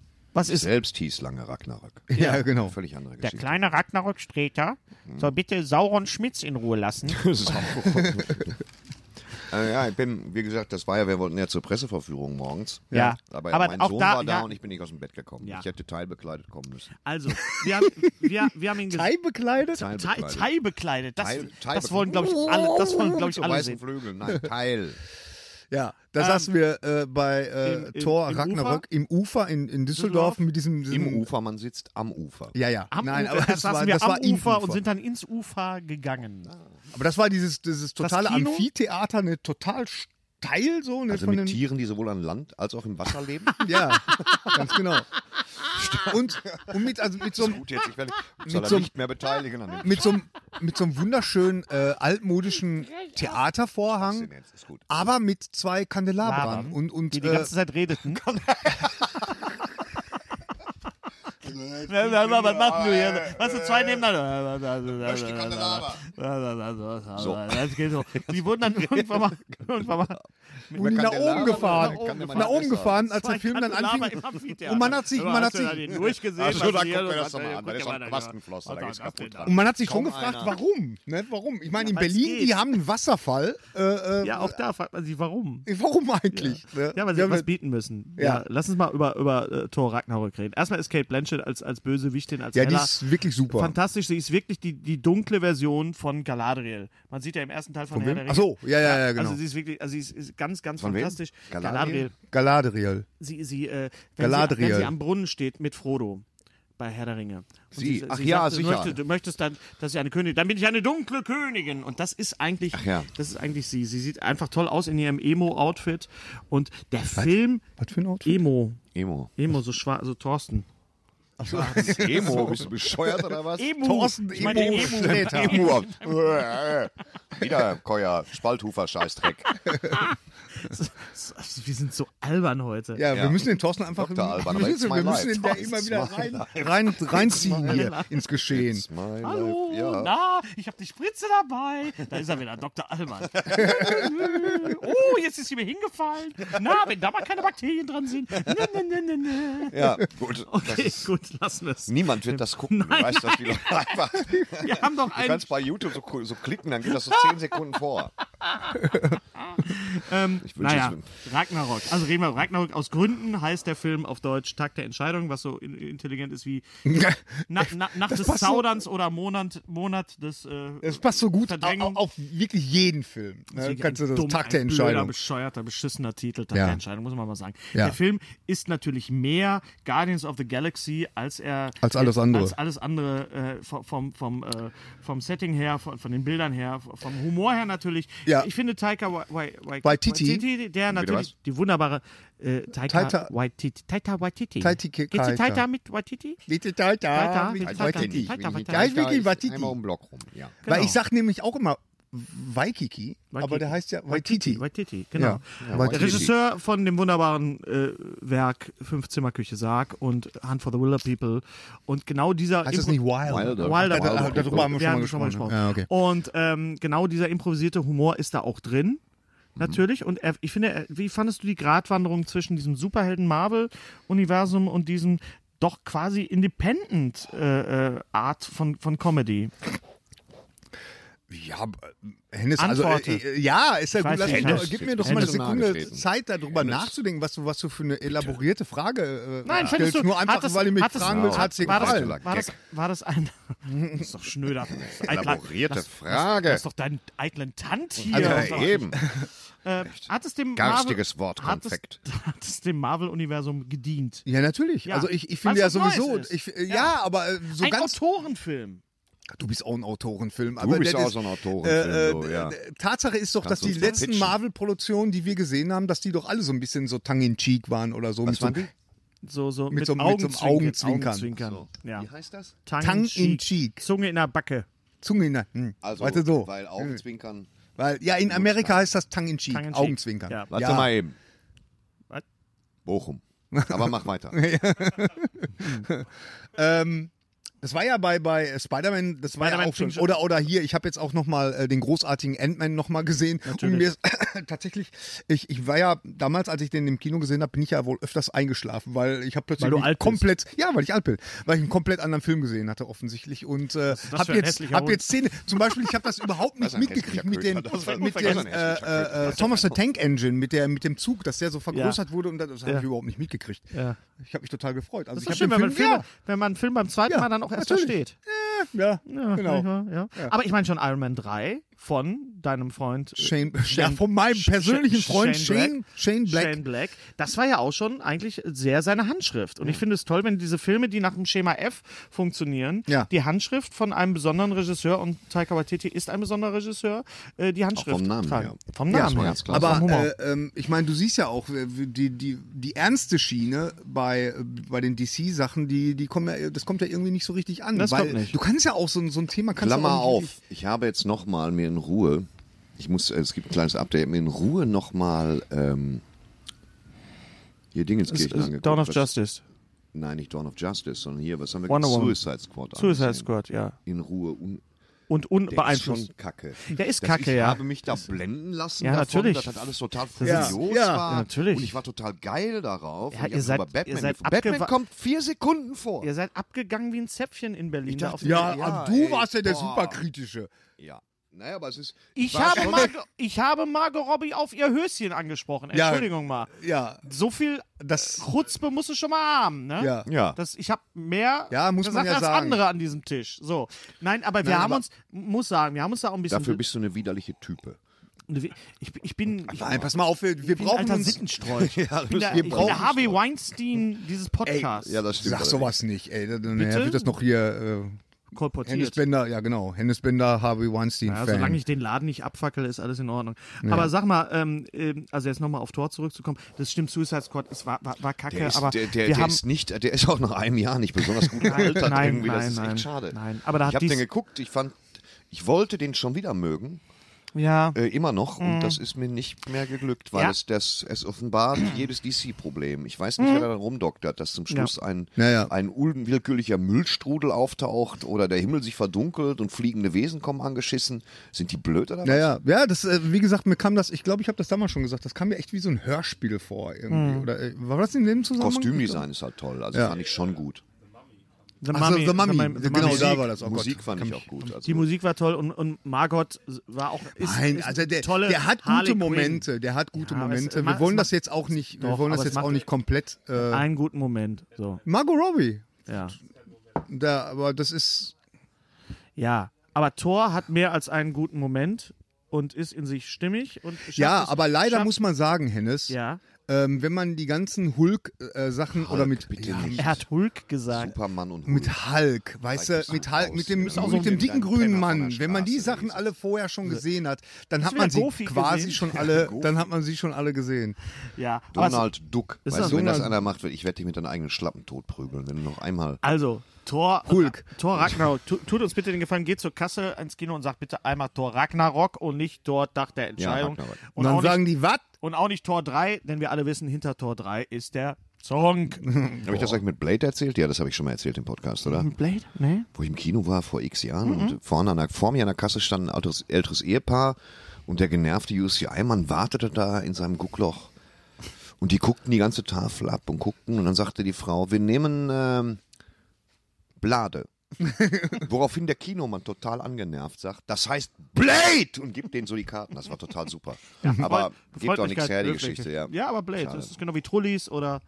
Was ist selbst hieß lange Ragnarök. ja, genau. Völlig andere der Geschichte. kleine Ragnarok-Streter? Soll bitte Sauron Schmitz in Ruhe lassen? Äh, ja, ich bin, wie gesagt, das war ja, wir wollten ja zur Presseverführung morgens. Ja. Aber, Aber mein auch Sohn da- war da ja. und ich bin nicht aus dem Bett gekommen. Ja. Ich hätte teilbekleidet kommen müssen. Also, wir haben, wir, wir haben ihn gesehen. Ei bekleidet? Teil, Teilbekleidet. Teil bekleidet. Das, Teil- Teil- das wollen, glaube ich, alle, das wollen, glaub ich, Zu alle sehen. weißen Flügeln. Nein, Teil. Ja, da Ähm, saßen wir äh, bei äh, im- im- Tor im Ragnarök im Ufer in, in Düsseldorf Düsseldorf? mit diesem, diesem Im Hm. Ufer, man sitzt am Ufer. Ja, ja. Am Nein, Ufer, aber erst das saßen war, wir das am war im Ufer, und sind dann ins Ufer gegangen. aber das war dieses, dieses totale Kino? Amphitheater, ne, total steil so, ne, Also von mit den, Tieren, die sowohl an Land als auch im Wasser leben. ja, ganz genau. Und, und mit, also mit so einem Gut, jetzt ich werde soll so er einem- nicht mehr beteiligen an dem mit so einem mit so einem wunderschönen äh, altmodischen Theatervorhang, Jetzt ist gut. aber mit zwei Kandelabern Labern, und und die die äh, ganze Zeit redeten. Was machen wir hier? Was sind zwei nebeneinander? So. Das geht so. Die wurden dann irgendwann mal, irgendwann mal wurden die äh, nach oben Kandelabern, gefahren, da kann der Mann nach besser. oben gefahren, als der zwei Film dann Kandelaber anfing. im Amphitheater. Und man hat sich, Aber man hat hast du sich, da den durchgesehen. Also, was da hier guck mir los das ist? doch mal Ja, an. guck Da ist dir auch mal ein da- Quastenfloss, Was da geht's ist kaputt denn da? dran. Und man hat sich Kaum schon gefragt, einer. warum? Ne? Warum? Ich meine, in Ja, weil's Berlin, geht. die haben einen Wasserfall. Äh, äh, Ja, auch da fragt man sich, warum. Warum eigentlich? Ne? Ja, weil sie Wir etwas haben- bieten müssen. Ja. Ja. lass uns mal über, über äh, Thor Ragnarök reden. Erstmal ist Kate Blanchett als, als Bösewichtin, als ja, die Hela ist wirklich super. fantastisch. Sie ist wirklich die, die dunkle Version von Galadriel. Man sieht ja im ersten Teil von, Herr der Ach so, ja, ja, ja, genau. Also sie ist wirklich, also sie ist, ist ganz, ganz Von wem? fantastisch. Galadriel? Galadriel. Sie, sie, äh, wenn Sie, Galadriel. wenn sie am Brunnen steht mit Frodo bei Herr der Ringe. Und Sie, ach ja, du sicher. Möchtest, du möchtest dann, dass ich eine Königin, dann bin ich eine dunkle Königin. Und das ist eigentlich, ja. das ist eigentlich sie. Sie sieht einfach toll aus in ihrem Emo-Outfit. Und der Film, Was für ein Outfit? Emo, Emo. Emo, so schwarz, so Thorsten. Emo, bist du bescheuert oder was? Emo, Thorsten ich meine, Emo Emo, steht da. Emo. Wieder Keuer, Spalthufer, Scheißdreck. Wir sind so albern heute. Ja, Ja. wir müssen den Thorsten einfach. Dr. Alban, wir aber it's müssen, my wir müssen life. den da It's immer wieder my rein, rein, reinziehen hier ins Geschehen. It's my Hallo, life, ja. na, ich habe die Spritze dabei. Da ist er wieder, Dr. Allmann. oh, jetzt ist sie mir hingefallen. Na, wenn da mal keine Bakterien dran sind. Ne, Na, na, na, na, na. Ja, gut. Das Okay, ist, gut, lassen wir es. niemand wird das gucken. du weißt, dass die Leute einfach. Wir haben doch Du einen. kannst bei YouTube so, so klicken, dann geht das so 10 Sekunden vor. Ähm, Ich wünsche naja, Ragnarok. Also reden wir Ragnarok. Aus Gründen heißt der Film auf Deutsch Tag der Entscheidung, was so in- intelligent ist wie Na, na, Nacht des passt so- Zauderns oder Monat, Monat des äh, Das passt so gut auf, Verdrängung. auf wirklich jeden Film. Ne? Deswegen Kannst du ein das dumm, Tag ein der blöder, Entscheidung. bescheuerter, beschissener Titel, Tag Ja. der Entscheidung, muss man mal sagen. Ja. Der Film ist natürlich mehr Guardians of the Galaxy, als er Als alles andere. als alles andere äh, vom, vom, vom, äh, vom Setting her, von, von den Bildern her, vom Humor her natürlich. Ja. Ich finde Taika Wai- Wai- Wai- Waititi. Waititi, der natürlich die wunderbare äh, Taika Taita- Waititi. Taita Waititi. Taiti- Geht's Taita. die Taita mit Waititi? Bitte, da, da, Weiter, mit- weiter, weiß weiter, ich nicht. weiter, Wenn ich weiter. da ist wirklich ist Waititi. einmal um den Block rum, ja. Weil Genau. ich sag nämlich auch immer Waikiki, aber der heißt ja Waititi. Waititi, genau. Ja, Ja, Waititi. Der Regisseur von dem wunderbaren äh, Werk Fünfzimmerküche Sarg und Hand for the Wilder People. Und genau dieser. Heißt das Impro- nicht Wilder? Wilder. Wilder. Da- da- Darüber haben wir schon mal haben gesprochen. ne? Ja, okay. Mhm. Und ähm, genau dieser improvisierte Humor ist da auch drin. Natürlich. Und er, ich finde, er, wie fandest du die Gratwanderung zwischen diesem Superhelden-Marvel-Universum und diesem doch quasi independent äh, äh, Art von, von Comedy? Ja, aber, äh, Hennes, also Antworte. äh, äh, ja, ist ja gut. weiß Lass nicht, mich doch, Hennes. gib mir doch Hennes mal eine ist Sekunde nahegetreten. Zeit, darüber nachzudenken, was du, was du für eine elaborierte Frage äh, Nein, findest stellst. du, Nur einfach, hat das, weil du mich hat das- fragen willst, Ja. hat's dir war das, gefallen. Gag. war, das, war das ein. Das ist doch schnöder. Eitler- Elaborierte lass- Frage. Das ist doch dein eitlen Tant hier. Also, Sag Ja, mal, eben. Äh, hat es dem Garstiges Marvel, Wort, hat es- Konfekt. Hat es dem Marvel-Universum gedient? Ja, natürlich. Ja. Also ich, ich Weil's finde ja was Neues sowieso, ist. ich, äh, ja. Ja. aber äh, so ein ganz Autorenfilm. Du bist auch ein Autorenfilm. Du bist auch so ein Autorenfilm, Äh, äh, so, ja. äh, Tatsache ist doch, Kannst dass die uns mal letzten pitchen. Marvel-Produktionen, die wir gesehen haben, dass die doch alle so ein bisschen so tongue in cheek waren oder so. Was mit waren so die? So, so Mit mit, so- mit so einem Augenzwinkern. Augenzwinkern. Augenzwinkern. Ja. heißt das? Tongue in cheek. cheek. Zunge in der Backe. Zunge in der. Hm. Also, Warte so. weil Augenzwinkern. Weil, ja, in Amerika heißt das tongue in cheek. Tongue in cheek. Augenzwinkern. Ja. Warte Ja. mal eben. Was? Bochum. Aber mach weiter. Das war ja bei, bei äh, Spider-Man, das war ja Spider-Man auch schon. Fringe- Oder, oder hier, ich habe jetzt auch nochmal äh, den großartigen Ant-Man nochmal gesehen. Und mir ist tatsächlich, ich, ich war ja damals, als ich den im Kino gesehen habe, bin ich ja wohl öfters eingeschlafen, weil ich habe plötzlich Weil du mich alt bist. komplett, ja, weil ich alt bin, weil ich einen komplett anderen Film gesehen hatte offensichtlich und äh, ist das habe für ein jetzt, hässlicher hab Hund? jetzt Szene, zum Beispiel, ich habe das überhaupt Das nicht ist ein mitgekriegt hässlicher mit dem, Köter, das war- mit das dem ist ein äh, hässlicher Köter. äh, äh, Thomas the Tank Engine, mit der, mit dem Zug, dass der so vergrößert wurde und das, das habe Ja. ich überhaupt nicht mitgekriegt. Ja. Ich habe mich total gefreut. Also Das ist doch ich schön, hab den wenn man, Film, ja, wenn man einen Film beim zweiten Ja, Mal dann auch erst natürlich. versteht. ja, Ja, genau. nicht wahr? Ja. Aber ich meine schon Iron Man 3 von deinem Freund äh, Shane, ja, von meinem persönlichen Sh- Freund Shane, Shane Shane Black. Shane Black. Das war ja auch schon eigentlich sehr seine Handschrift. Und ich finde es toll, wenn diese Filme, die nach dem Schema F funktionieren, Ja. die Handschrift von einem besonderen Regisseur und Taika Waititi ist ein besonderer Regisseur, äh, die Handschrift vom Namen tragen. her. Vom Ja, Namen war her. ganz klar. vom Humor. Aber äh, ähm, ich meine, du siehst ja auch, äh, die, die, die ernste Schiene bei, äh, bei den DC-Sachen, die, die kommen ja, das kommt ja irgendwie nicht so richtig an. Das weil kommt nicht. Du kannst ja auch so, ein- so ein Thema kannst du Klammer auch auf, nicht ich habe jetzt nochmal mir in Ruhe, ich muss, äh, es gibt ein kleines Update, mir in Ruhe nochmal ähm, hier Es- Dingenskirchen es- angeguckt. Dawn of Was- Justice. Nein, nicht Dawn of Justice, sondern hier, was haben wir Wonder gesagt? Woman. Suicide Squad. Suicide angesehen. Squad, ja. In Ruhe. Un Und der ist unbeeinflusst. schon kacke. Der ist Dass kacke, ich ja. Ich habe mich da blenden lassen. Ja, davon, natürlich. Das hat alles total Ja, furios ja. war. Ja, natürlich. Und ich war total geil darauf. Ja, und ich ihr hab's seid- über Batman ihr seid gefunden. Batman abgewa- kommt vier Sekunden vor. Ihr seid abgegangen wie ein Zäpfchen in Berlin. da auf dem- Ja, Ja, aber du ey, warst ja der boah. superkritische. Ja. Naja, aber es ist. Ich war habe, schon- Margot, ich habe Margot Robbie auf ihr Höschen angesprochen. Ja. Entschuldigung mal. Ja, So viel das. Chutzpe musst du schon mal haben, ne? Ja. Ja. Das, ich habe mehr Ja, muss man gesagt ja als sagen. andere an diesem Tisch. So. Nein, aber wir Nein, haben aber- uns, muss sagen, wir haben uns da auch ein bisschen. Dafür bist du eine widerliche Type. ich, ich bin. Ich Nein, pass mal auf, wir, wir bin ein brauchen alter uns. Sittenstreut. ich bin der, wir ich bin brauchen der Harvey Weinstein dieses Podcasts. Ja, das stimmt. Sag allerdings. sowas nicht, ey. Dann dann wird das noch hier. Äh, Hennes kolportiert. Bender, ja genau. Hennes Bender, Harvey Weinstein. Ja, Fan. solange ich den Laden nicht abfackele, ist alles in Ordnung. Aber sag mal, ähm, ähm, also jetzt nochmal auf Tor zurückzukommen, das stimmt, Suicide Squad ist, war, war, war kacke, Der ist, aber der, der, wir der haben, ist nicht, der ist auch nach einem Jahr nicht besonders gut gealtert nein, irgendwie. Das nein, ist nein, echt schade. nein. Aber da ich hat habe dies- den geguckt, ich fand, ich wollte den schon wieder mögen, ja, äh, immer noch, und das ist mir nicht mehr geglückt, weil Mhm. Ja. es, das, es offenbart jedes DC-Problem. Ich weiß Mhm. nicht, wer da rumdoktert, dass zum Schluss ein, Ja, ja. ein unwillkürlicher Müllstrudel auftaucht oder der Himmel sich verdunkelt und fliegende Wesen kommen angeschissen. Sind die blöd oder was? Naja, ja, das, äh, wie gesagt, mir kam das, ich glaube, ich habe das damals schon gesagt, das kam mir echt wie so ein Hörspiel Mhm. vor irgendwie. Oder, äh, war das in dem Zusammenhang? Kostümdesign ist halt toll, also Ja. fand ich schon gut. The Ach so, The Mummy. The Genau, Mummy. da war das. Oh Musik Gott. fand Kann ich mich- auch gut. Also, Die Musik war toll und, und Margot war auch ist, Nein, ist also der, tolle der hat gute Harley Quinn. Momente, der hat gute Ja, aber es- Momente. ma- wir wollen es das macht- jetzt auch nicht, wir Doch, wollen aber das es jetzt macht- auch nicht komplett. Äh, Einen guten Moment. So, Margot Robbie, ja. da, aber das ist ja. Aber Thor hat mehr als einen guten Moment und ist in sich stimmig. Und schafft ja, es, aber leider schafft- muss man sagen, Hennes, Ja, ähm, wenn man die ganzen Hulk-Sachen oder mit bitte ja, nicht. er hat Hulk gesagt. Superman und Hulk. Mit Hulk, weißt du, Reicht mit das Hulk, aus? mit dem, Wir müssen auch mit so dem einen dicken kleinen grünen Penner von der Mann. Wenn man die Straße Sachen lesen. alle vorher schon gesehen hat, dann hat du man wieder sie Goofy quasi gesehen? schon alle, Goofy. dann hat man sie schon alle gesehen. Ja, aber es- Donald Duck. Ist also Weißt das du, wenn das Donald- einer macht, ich werde dich mit deinen eigenen Schlappen totprügeln, wenn du noch einmal. Also, Thor, Hulk. Äh, Thor Ragnarok. Tu, tut uns bitte den Gefallen, geht zur Kasse ins Kino und sagt bitte einmal Thor Ragnarok und nicht Thor Dach der Entscheidung. Ragnarok. Und und, dann auch sagen nicht, die, was? und auch nicht Thor 3, denn wir alle wissen, hinter Thor 3 ist der Song. Habe ich das euch mit Blade erzählt? Ja, das habe ich schon mal erzählt im Podcast, oder? Blade? Nee. Wo ich im Kino war vor x Jahren Mhm. und vorne an der, vor mir an der Kasse stand ein älteres, älteres Ehepaar und der genervte UCI-Mann wartete da in seinem Guckloch. Und die guckten die ganze Tafel ab und guckten und dann sagte die Frau, wir nehmen ähm, Blade. Woraufhin der Kinomann total angenervt sagt, das heißt Blade und gibt denen so die Karten. Das war total super. Aber gibt doch nichts her, die Geschichte. Ja, ja, aber Blade, Schade. Äh, das ist genau wie Trullis oder,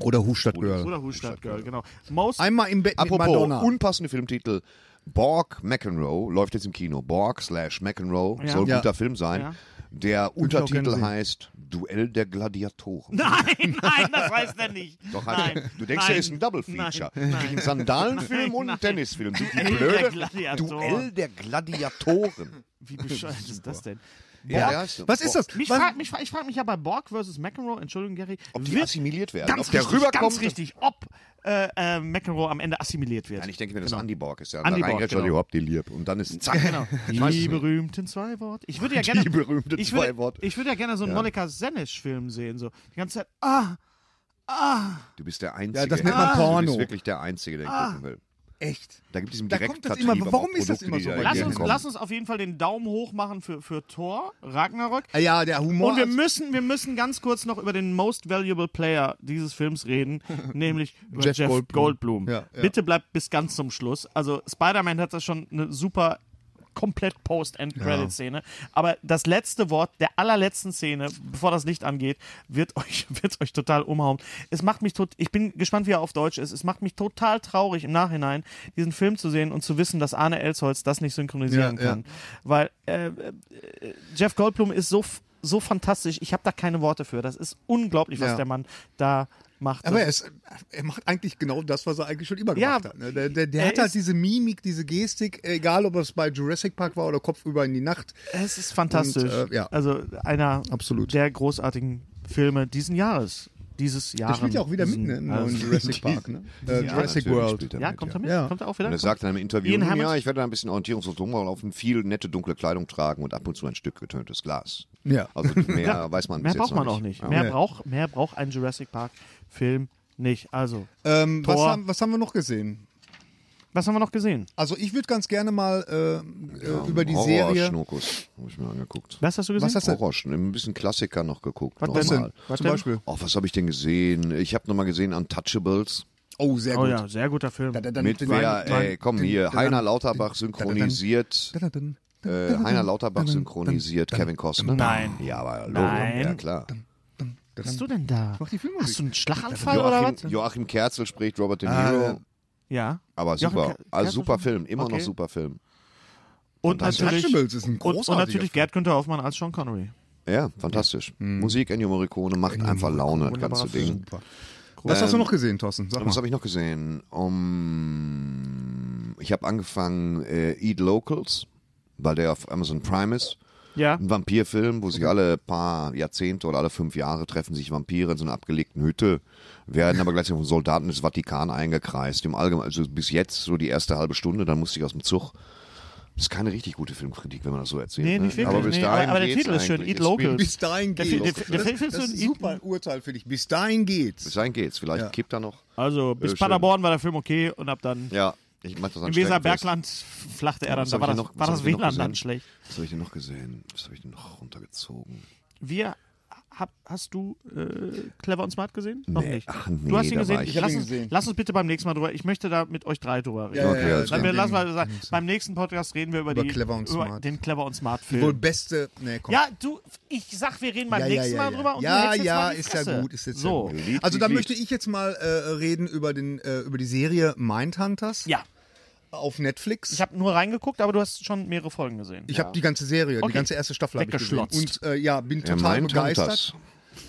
Oder Hufstadtgirl. oder Hustadt Girl, genau. Most, Einmal im Bett Apropos, mit Madonna. unpassende Filmtitel. Borg McEnroe läuft jetzt im Kino. Borg slash McEnroe Ja. soll ein Ja. guter Film sein. Ja. Der ich auch gerne Untertitel sehen. heißt Duell der Gladiatoren. nein, nein, das weiß der nicht. Doch, halt. nein, du denkst, nein, der ist ein Double Feature. Nein, nein. Ein Sandalenfilm Nein, und ein nein. Tennisfilm. Die Duell der blöde Gladiatoren. Duell der Gladiatoren. Wie bescheuert ist das denn? Ja, ja, ist so. Was ist das? Mich Was- frag, mich, fra- ich frage mich ja bei Borg versus McEnroe, Entschuldigung, Gary. Ob die wird- assimiliert werden. ganz ob der richtig, rüberkommt. ganz richtig, ob äh, äh, McEnroe am Ende assimiliert wird. Genau. Nein, ich denke mir, das Andy Borg ist ja. Andy da Borg, reingeht, genau. die überhaupt die Lieb. Und dann ist zack. Genau. Die berühmten zwei Worte. Ich würde ja gerne, berühmten ich würde, zwei Worte. Ich würde ja gerne so einen Ja. Monika Senesch-Film sehen. So. Die ganze Zeit, ah, Du bist der Einzige. Ah. Ja, das nennt man Du Porno. bist wirklich der Einzige, der Ah. gucken will. Echt? Da gibt es im Da Direktvertrieb kommt das immer- aber auch warum ist das Produkte, immer die so da bei lass dir uns, entgegenkommen. lass uns auf jeden Fall den Daumen hoch machen für, für Thor, Ragnarök. Ah Ja, der Humor. Und wir müssen, wir müssen ganz kurz noch über den Most Valuable Player dieses Films reden, nämlich über Jeff Jeff, Goldblum. Goldblum. Ja, ja. Bitte bleibt bis ganz zum Schluss. Also Spider-Man hat das schon eine super komplett Post-End-Credit-Szene. Aber das letzte Wort der allerletzten Szene, bevor das Licht angeht, wird euch, wird euch total umhauen. Es macht mich tot, ich bin gespannt, wie er auf Deutsch ist. Es macht mich total traurig im Nachhinein, diesen Film zu sehen und zu wissen, dass Arne Elsholz das nicht synchronisieren Ja, ja. kann. Weil äh, Jeff Goldblum ist so, f- so fantastisch. Ich habe da keine Worte für. Das ist unglaublich, was Ja. der Mann da macht. Aber Das- er, ist, er macht eigentlich genau das, was er eigentlich schon immer Ja, gemacht hat. ne? Der, der, der er hat halt ist- diese Mimik, diese Gestik, egal ob es bei Jurassic Park war oder kopfüber in die Nacht. es ist fantastisch. Und, äh, ja. Also einer Absolut. der großartigen Filme diesen Jahres. Dieses Er Jahres. also, spielt ja auch wieder mit ne, im neuen Jurassic Park. Ne? Äh, Ja, Jurassic natürlich World. spielt er Ja, mit, kommt ja. er mit? Ja. Kommt er auch wieder? Und er Kommt- sagt in einem Interview, Ian nun, Hammond? ja, ich werde da ein bisschen orientierungslos rumlaufen, viel nette dunkle Kleidung tragen und ab und zu ein Stück getöntes Glas. Ja. Also mehr weiß man Mehr bis jetzt braucht noch man auch nicht. Ja. Mehr, Nee. braucht, mehr braucht ein Jurassic Park-Film nicht. Also, Ähm, was, Tor. haben, was haben wir noch gesehen? was haben wir noch gesehen? Also ich würde ganz gerne mal ähm, äh, über die Serie. Horrorschnuckus, habe ich mir angeguckt. Was hast du gesehen? Was hast du- Horrorschn, ein bisschen Klassiker noch geguckt. Was nochmal. denn? Was Zum denn? Beispiel. Oh, was habe ich denn gesehen? Ich habe nochmal gesehen Untouchables. Oh, sehr Oh gut. ja, sehr guter Film. Da, da, da, Mit da, wer, da, ey, komm da, hier, da, da, Heiner da, da, Lauterbach da, synchronisiert da, da, da, da, da, Äh, da, Heiner da, da, Lauterbach da, synchronisiert da, da, Kevin Costner. Nein. Ja, aber Nein. Logo, ja klar. da, da, Was da. hast du denn da? mach die Filmmusik. Hast du einen Schlaganfall oder was? Joachim, Joachim Kerzel spricht Robert De Ah, Niro. ja. Ja. aber Äh, Joachim super. Ker- also Kerzel- super Film, immer noch Okay. super Film. Und Fantastisch. natürlich, Untouchables ist ein und, und großartiger natürlich Gerd Günther Hoffmann als Sean Connery. Ja, fantastisch. Musik Ennio Morricone macht einfach Laune, das ganze Hm. wunderbarer Film. Ding. Super. Was hast du noch gesehen, Thorsten? Sag Ähm, Was mal. habe ich noch gesehen? Um, ich habe angefangen äh, Eat Locals, weil der auf Amazon Prime ist. Ja. Ein Vampirfilm, wo Mhm. sich alle paar Jahrzehnte oder alle fünf Jahre treffen sich Vampire in so einer abgelegten Hütte, werden aber gleichzeitig von Soldaten des Vatikan eingekreist. Im Allgemeinen, also bis jetzt so die erste halbe Stunde, dann musste ich aus dem Zug. Das ist keine richtig gute Filmkritik, wenn man das so erzählt. Nee, nicht ne? wirklich, Aber, bis nee. dahin Aber- aber der geht's Titel ist schön, eigentlich. Eat Es- Local. Bis dahin Der Fi- geht's. der- der Film ist das, das so ist ein- super ein Urteil für dich. Bis dahin geht's. Bis dahin geht's. Vielleicht Ja. kippt er noch. Also bis Äh, schön. Paderborn war der Film okay und ab dann Ja, ich mach das an im Streckenfest. Weserbergland flachte er dann. Was Da hab war das, ich denn noch- war was hab das ich denn noch WLAN dann gesehen? schlecht. Was habe ich denn noch gesehen? Was habe ich denn noch runtergezogen? Wir hab, hast du äh, Clever und Smart gesehen? Noch Nee. nicht. Ach, nee, du hast ihn da gesehen. war ich- Ich Ich hab lass, ihn uns, gesehen. lass uns bitte beim nächsten Mal drüber. Ich möchte da mit euch drei drüber reden. Ja, Okay, ja, alles ja, klar. Wir lassen deswegen. mal sagen, beim nächsten Podcast reden wir über, Über die, Clever und über Smart. den Clever und Smart Film. Wohl beste. Nee, komm. Ja, du, ich sag, wir reden beim nächsten Mal drüber. Und du ja, hältst jetzt ja, mal die ist Fresse. ja gut, ist jetzt so. ja gut. Lied, Also Lied, da Lied. möchte ich jetzt mal äh, reden über den äh, über die Serie Mindhunters Ja, auf Netflix. ich habe nur reingeguckt, aber du hast schon mehrere Folgen gesehen. Ich habe die ganze Serie, Okay. die ganze erste Staffel habe ich gesehen. Weggeschlotzt. Und äh, ja, bin Er total meint begeistert. das.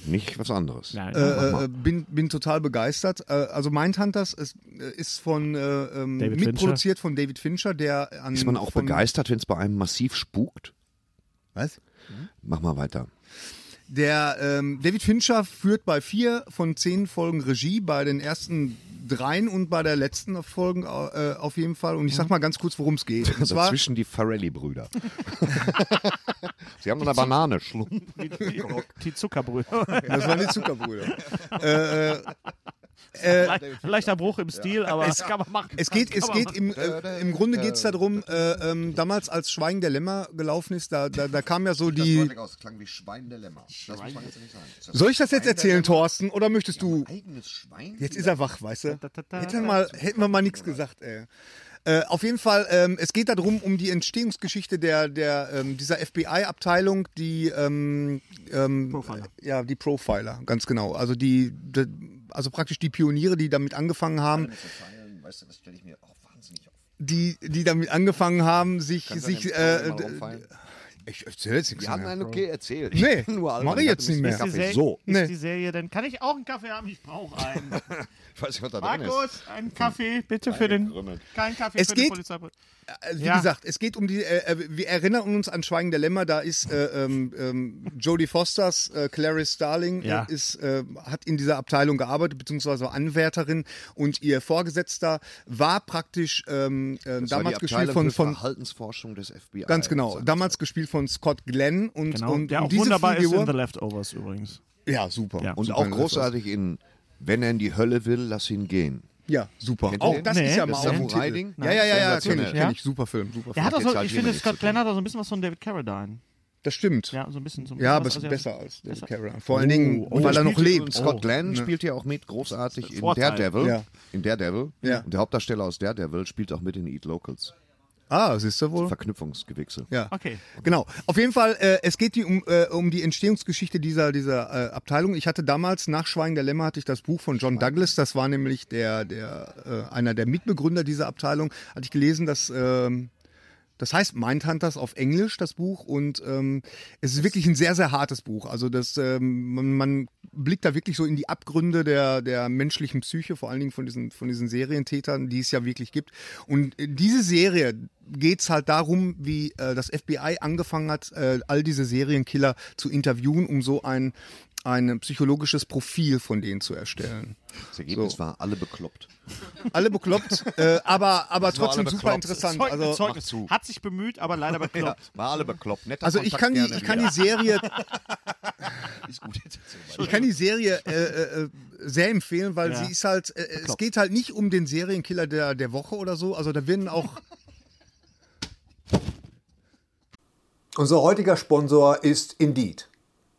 Nicht was anderes. Nein. Äh, äh, bin, bin total begeistert. Äh, also Mindhunters ist, äh, ist von äh, ähm, David mitproduziert von David Fincher, der an Ist man auch von, begeistert, wenn es bei einem massiv spukt? Was? Mach mal weiter. Der ähm, David Fincher führt bei vier von zehn Folgen Regie, bei den ersten dreien und bei der letzten Folgen äh, auf jeden Fall. Und ich sag mal ganz kurz, worum es geht. Und zwar, Dazwischen die Farelli-Brüder. Sie haben eine Banane. Schlump. Die, die, die Zuckerbrühe. das waren die Zuckerbrüder. Leicht, leichter Bruch im Stil, aber das kann man machen. Äh, Es geht, es geht im, äh, im Grunde geht's darum, äh, ähm, damals als Schweigen der Lämmer gelaufen ist, da, da, da kam ja so die. aus, klang wie Schwein der Lämmer. Das muss man jetzt nicht sagen. Soll ich das jetzt erzählen, Thorsten? Oder möchtest du. Eigenes Schwein? Jetzt ist er wach, weißt du? Ta, ta, ta, Hätten wir mal, hätten wir mal nichts gesagt, ey. Äh, auf jeden Fall, ähm, es geht darum, um die Entstehungsgeschichte der, der, ähm, dieser FBI-Abteilung, die, ähm, ähm, Profiler. ja, die Profiler, ganz genau. Also die, die, also praktisch die Pioniere, die damit angefangen haben, Weißt du, das stelle ich mir auch wahnsinnig auf. die, die damit angefangen haben, sich, sich, äh, Wir ich erzähl jetzt nichts hatten mehr. einen okay erzählt. Nee, Nur alle, mach ich die jetzt hatten nicht einen mehr. Ist die, Serie, Kaffee. So. ist Nee. die Serie denn? Kann ich auch einen Kaffee haben? Ich brauche einen. Ich weiß nicht, was da drin ist. Markus, einen Kaffee bitte für den. Krümmel. Kein Kaffee Es für den geht- Polizeibrüder. Äh, Wie Ja. gesagt, es geht um die. Äh, äh, wir erinnern uns an Schweigen der Lämmer. Da ist äh, ähm, ähm, Jodie Fosters, äh, Clarice Starling, Ja. äh, ist, äh, hat in dieser Abteilung gearbeitet beziehungsweise war Anwärterin und ihr Vorgesetzter war praktisch ähm, äh, Das war die damals gespielt Abteilung von, für von Verhaltensforschung des FBI. ganz genau, Sagen damals gespielt von Scott Glenn und Genau, und, der und auch um diese wunderbar ist Figur, in The Leftovers übrigens. ja super Ja. Und super auch in The großartig in Wenn er in die Hölle will, lass ihn gehen. Ja super. Kennt ihr Auch den? das Nee. ist ja mal Das auf dem Samurai-Ding? Titel. Ja ja ja ja, kenn Sensationell. ich, kenn ich, super Film, super Der Film. hat auch jetzt so, halt ich jemand finde, nichts Scott zu Glenn hat auch so ein bisschen was von David Carradine. Das stimmt. Ja, so ein bisschen. So ein bisschen Ja, was aber es ist Asiatisches. besser als David Besser. Carradine. Vor allen Dingen, oh, weil er noch Spielt- lebt. ne. Und Scott Oh. Glenn spielt hier auch mit, großartig in Vorteil. Daredevil. Ja. In Daredevil. Ja. Und der Hauptdarsteller aus Daredevil spielt auch mit in Eat Locals. Ah, siehst du wohl? Verknüpfungsgewichse. Ja. Okay. Genau. Auf jeden Fall, äh, es geht die um, äh, um die Entstehungsgeschichte dieser, dieser äh, Abteilung. Ich hatte damals, nach Schweigen der Lämmer, hatte ich das Buch von John Douglas, das war nämlich der, der, äh, einer der Mitbegründer dieser Abteilung, hatte ich gelesen, dass. ähm, das heißt Mindhunters auf Englisch, das Buch. Und ähm, es ist wirklich ein sehr, sehr hartes Buch. Also das, ähm, man, man blickt da wirklich so in die Abgründe der, der menschlichen Psyche, vor allen Dingen von diesen, von diesen Serientätern, die es ja wirklich gibt. Und in diese Serie geht es halt darum, wie äh, das FBI angefangen hat, äh, all diese Serienkiller zu interviewen, um so ein, ein psychologisches Profil von denen zu erstellen. Das Ergebnis war alle bekloppt. Alle bekloppt, äh, aber, aber Nur alle trotzdem super bekloppt. interessant. Zeugnis, also, Zeugnis. zu. Hat sich bemüht, aber leider bekloppt. War alle bekloppt. Netter also ich Kontakt kann, die, gerne ich kann die wieder. Serie Ist gut, jetzt erzähl weiter. Ich kann die Serie äh, äh, sehr empfehlen, weil Ja. sie ist halt, äh, es Bekloppt. geht halt nicht um den Serienkiller der, der Woche oder so. Also da werden auch, Unser heutiger Sponsor ist Indeed.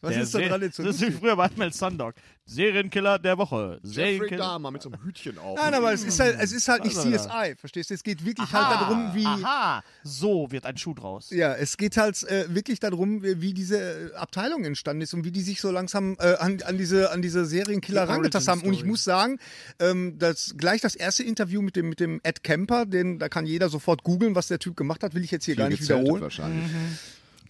Was Der ist da Se- dran jetzt so Das ist wie früher bei Mel Sundog. Serienkiller der Woche. Jeffrey Serienkiller. Dahmer mit so einem Hütchen auf. Nein, aber es ist halt, es ist halt nicht Was war das? CSI, verstehst du? Es geht wirklich halt darum, wie. Aha, so wird ein Schuh draus. Ja, es geht halt äh, wirklich darum, wie, wie diese äh, Abteilung entstanden ist und wie die sich so langsam äh, an, an diese an diese Serienkiller Die rangetastet haben. Und ich Origin muss sagen, ähm, das gleich das erste Interview mit dem mit dem Ed Kemper, den da kann jeder sofort googeln, was der Typ gemacht hat, will ich jetzt hier Viel gar nicht gezeltet wiederholen. Mhm. Wahrscheinlich.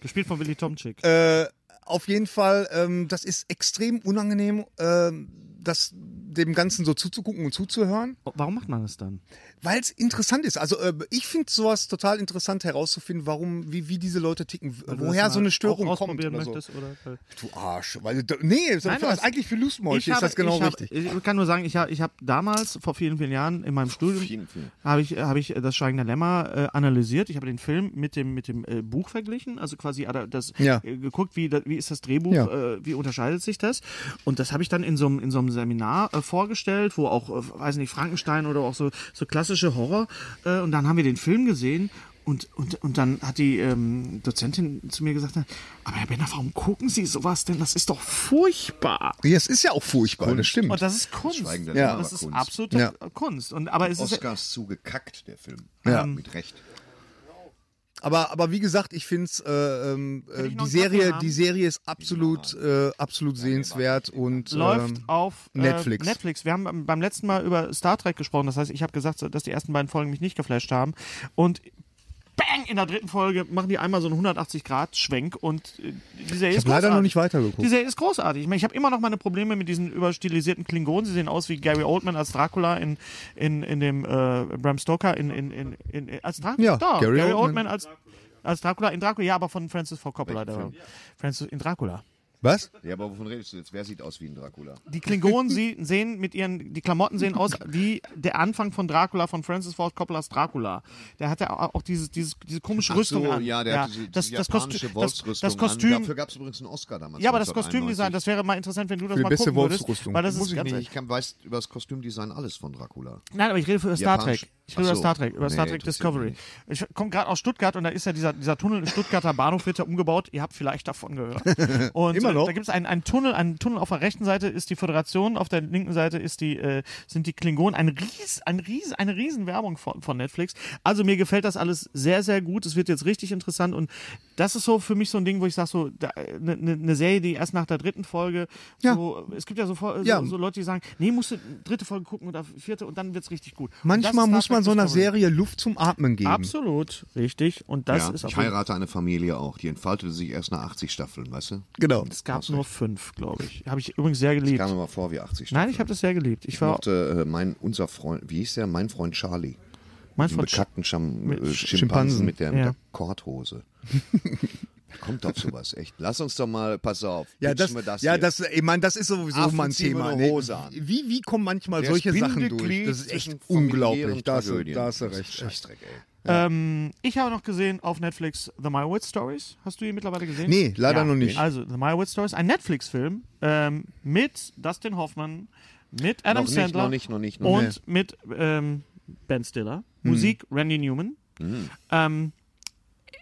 Gespielt von Willy Tomczyk. Äh, auf jeden Fall, ähm, das ist extrem unangenehm, ähm, das dem Ganzen so zuzugucken und zuzuhören, Warum macht man das dann? weil es interessant ist. Also äh, ich finde sowas total interessant herauszufinden, warum, wie, wie diese Leute ticken, woher so eine Störung auch kommt. ausprobieren Oder so. möchtest oder weil- Du Arsch. Weil, da- nee, so- Nein, für, was- eigentlich für Ich Lustmolche ist habe- das genau ich habe- richtig. ich kann nur sagen, ich habe ich hab damals, vor vielen, vielen Jahren in meinem Studium, vielen, vielen. habe ich, äh, habe ich das Schweigen der Lämmer äh, analysiert. Ich habe den Film mit dem, mit dem äh, Buch verglichen, also quasi äh, das, Ja. äh, geguckt, wie, da- wie ist das Drehbuch, Ja. äh, wie unterscheidet sich das. Und das habe ich dann in so einem in so einem Seminar äh, vorgestellt, wo auch, äh, weiß nicht, Frankenstein oder auch so, so klassische Horror. Äh, und dann haben wir den Film gesehen. Und, und, und dann hat die ähm, Dozentin zu mir gesagt, aber Herr Benner, warum gucken Sie sowas denn? Das ist doch furchtbar. Ja, es ist ja auch furchtbar, das stimmt. Und das ist Kunst. Schweigen der Ja. Lämmer Das ist Kunst. absolute Ja. Kunst. Und, aber es ist, Oscars zugekackt, der Film. Ja. Mit Recht. Aber, aber wie gesagt, ich finde es, äh, ähm, äh, ich noch die, einen Serie, Kaffee haben? die Serie ist absolut, äh, absolut sehenswert und läuft ähm, auf äh, Netflix. Netflix. Wir haben beim- beim letzten Mal über Star Trek gesprochen. Das heißt, ich habe gesagt, dass die ersten beiden Folgen mich nicht geflasht haben. Und bang, in der dritten Folge machen die einmal so einen 180-Grad-Schwenk und äh, die Serie ist hab leider großartig. noch nicht weitergeguckt. Die Serie ist großartig. Ich meine, ich habe immer noch meine Probleme mit diesen überstilisierten Klingonen. Sie sehen aus wie Gary Oldman als Dracula in, in, in dem äh, Bram Stoker in, in, in, in, in als Dracula. Ja, Doch, Gary Gary, Oldman. Oldman, als als Dracula in Dracula, ja, aber von Francis Ford Coppola. Der war. Francis in Dracula. Was? Ja, aber wovon redest du jetzt? Wer sieht aus wie ein Dracula? Die Klingonen sie sehen mit ihren, die Klamotten sehen aus wie der Anfang von Dracula, von Francis Ford Coppolas Dracula. Der hatte au- auch dieses, dieses, diese komische Ach Rüstung so, an. ja, der hat diese, das, diese das japanische Kostüm, das, Wolfsrüstung das Kostüm, an. Dafür gab es übrigens einen Oscar damals. ja, aber das Kostümdesign, das wäre mal interessant, wenn du das die mal beste gucken würdest. Wolfsrüstung. Weil das muss ist ich ganz nicht. Ich kann, weiß über das Kostümdesign alles von Dracula. Nein, aber ich rede für Star Japanisch. Trek. Ich rede Ach über so. Star Trek, über Nee, Star Trek interessiert Discovery. mich Ich komme gerade aus Stuttgart und da ist ja dieser, dieser Tunnel im Stuttgarter Bahnhof wird ja umgebaut. Ihr habt vielleicht davon gehört. Und Immer äh, noch? da gibt es einen, einen Tunnel, einen Tunnel auf der rechten Seite ist die Föderation, auf der linken Seite ist die, äh, sind die Klingonen. Ein Ries, ein Ries, eine Riesenwerbung von, von Netflix. Also mir gefällt das alles sehr, sehr gut. Es wird jetzt richtig interessant und das ist so für mich so ein Ding, wo ich sage, so eine ne, ne Serie, die erst nach der dritten Folge, Ja. so, es gibt ja so, Fol- so, Ja. so Leute, die sagen, nee, musst du dritte Folge gucken oder vierte und dann wird's richtig gut. Und Manchmal das ist muss Star man Trek so einer Discovery. Serie Luft zum Atmen geben. Absolut, richtig. Und das ja, ist ich jeden- heirate eine Familie auch. Die entfaltete sich erst nach 80 Staffeln, weißt du? Genau. Es gab nur fünf, glaube ich. Habe ich übrigens sehr Kam geliebt. mir mal vor wie 80 Staffeln. Nein, ich habe das sehr geliebt. Ich Ich war mochte äh, mein, unser Freund, wie hieß der? Mein Freund Charlie. mein Den Freund. bekackten Scham mit äh, Schimpansen, Sch- Schimpansen. mit, der, mit Ja. der Korthose. Kommt auf sowas, echt. Lass uns doch mal, pass auf. Ja, das, pitchen wir das ja, hier. das, ich meine, das ist sowieso Affen mein ziehen mir Thema. eine Hose an. Wie, wie kommen manchmal Der solche ist Sachen durch? Bindeglied Das ist echt zwischen unglaublich. familiären Da hast du, Tragödien. da hast du Das ist recht. echt. Scheißdreck, ey. Ähm, ich habe noch gesehen auf Netflix The Meyerowitz Stories. Hast du ihn mittlerweile gesehen? Nee, leider noch nicht. Also The Meyerowitz Stories, ein Netflix-Film ähm, mit Dustin Hoffman, mit Adam Noch nicht, Sandler noch nicht, noch nicht, Mhm. noch und nicht. mit ähm, Ben Stiller. Musik Randy Newman. Mhm. Ähm,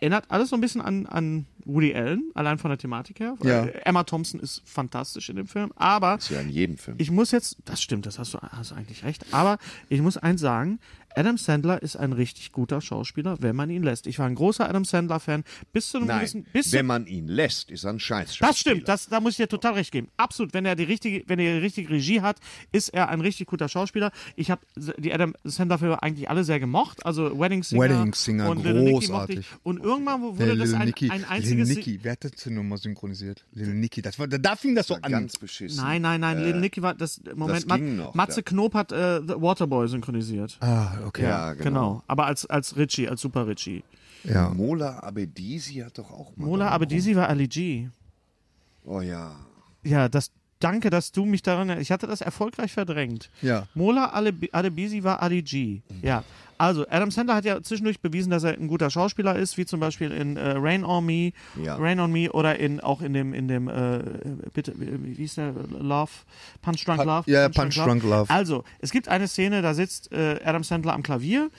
erinnert alles so ein bisschen an, an Woody Allen, allein von der Thematik her. Ja. Äh, Emma Thompson ist fantastisch in dem Film, aber Ist ja in jedem Film. ich muss jetzt, das stimmt, das hast du, hast du eigentlich recht, aber ich muss eins sagen, Adam Sandler ist ein richtig guter Schauspieler, wenn man ihn lässt. Ich war ein großer Adam Sandler-Fan, bis zu einem Nein, gewissen, bis zu, wenn man ihn lässt, ist er ein Scheiß. das stimmt, das, da muss ich dir total recht geben. Absolut, wenn er die richtige, wenn er die richtige Regie hat, ist er ein richtig guter Schauspieler. Ich habe die Adam Sandler-Filme eigentlich alle sehr gemocht, also Wedding Singer, Wedding Singer, und Little Nicky mochte großartig. ich. Und irgendwann Der wurde das Lil ein, Nicky. ein Lil einziges... Nicky. Wer hat das denn nochmal synchronisiert? Lil Nicky. Das war, da, da fing das so an. Ganz beschissen. Nein, nein, nein, Little Nicky war das, Moment, Mat, Äh, ging noch, Matze ja. Knob hat äh, The Waterboy synchronisiert. Ah, okay. Ja, genau. Genau, aber als, als Richie, als Super Richie. Ja. Mola Abedisi hat doch auch mal. genau. Mola Abedisi war Ali G. Oh ja. Ja, das, danke, dass du mich daran erinnerst. Ich hatte das erfolgreich verdrängt. Ja. Mola Ale- Adebisi war Ali G. Ja. Also, Adam Sandler hat ja zwischendurch bewiesen, dass er ein guter Schauspieler ist, wie zum Beispiel in äh, Rain on Me, Ja. Rain on Me oder in auch in dem in dem äh, bitte wie hieß der Love Punch Drunk Love. ja, Punch Drunk Love. Also, es gibt eine Szene, da sitzt äh, Adam Sandler am Klavier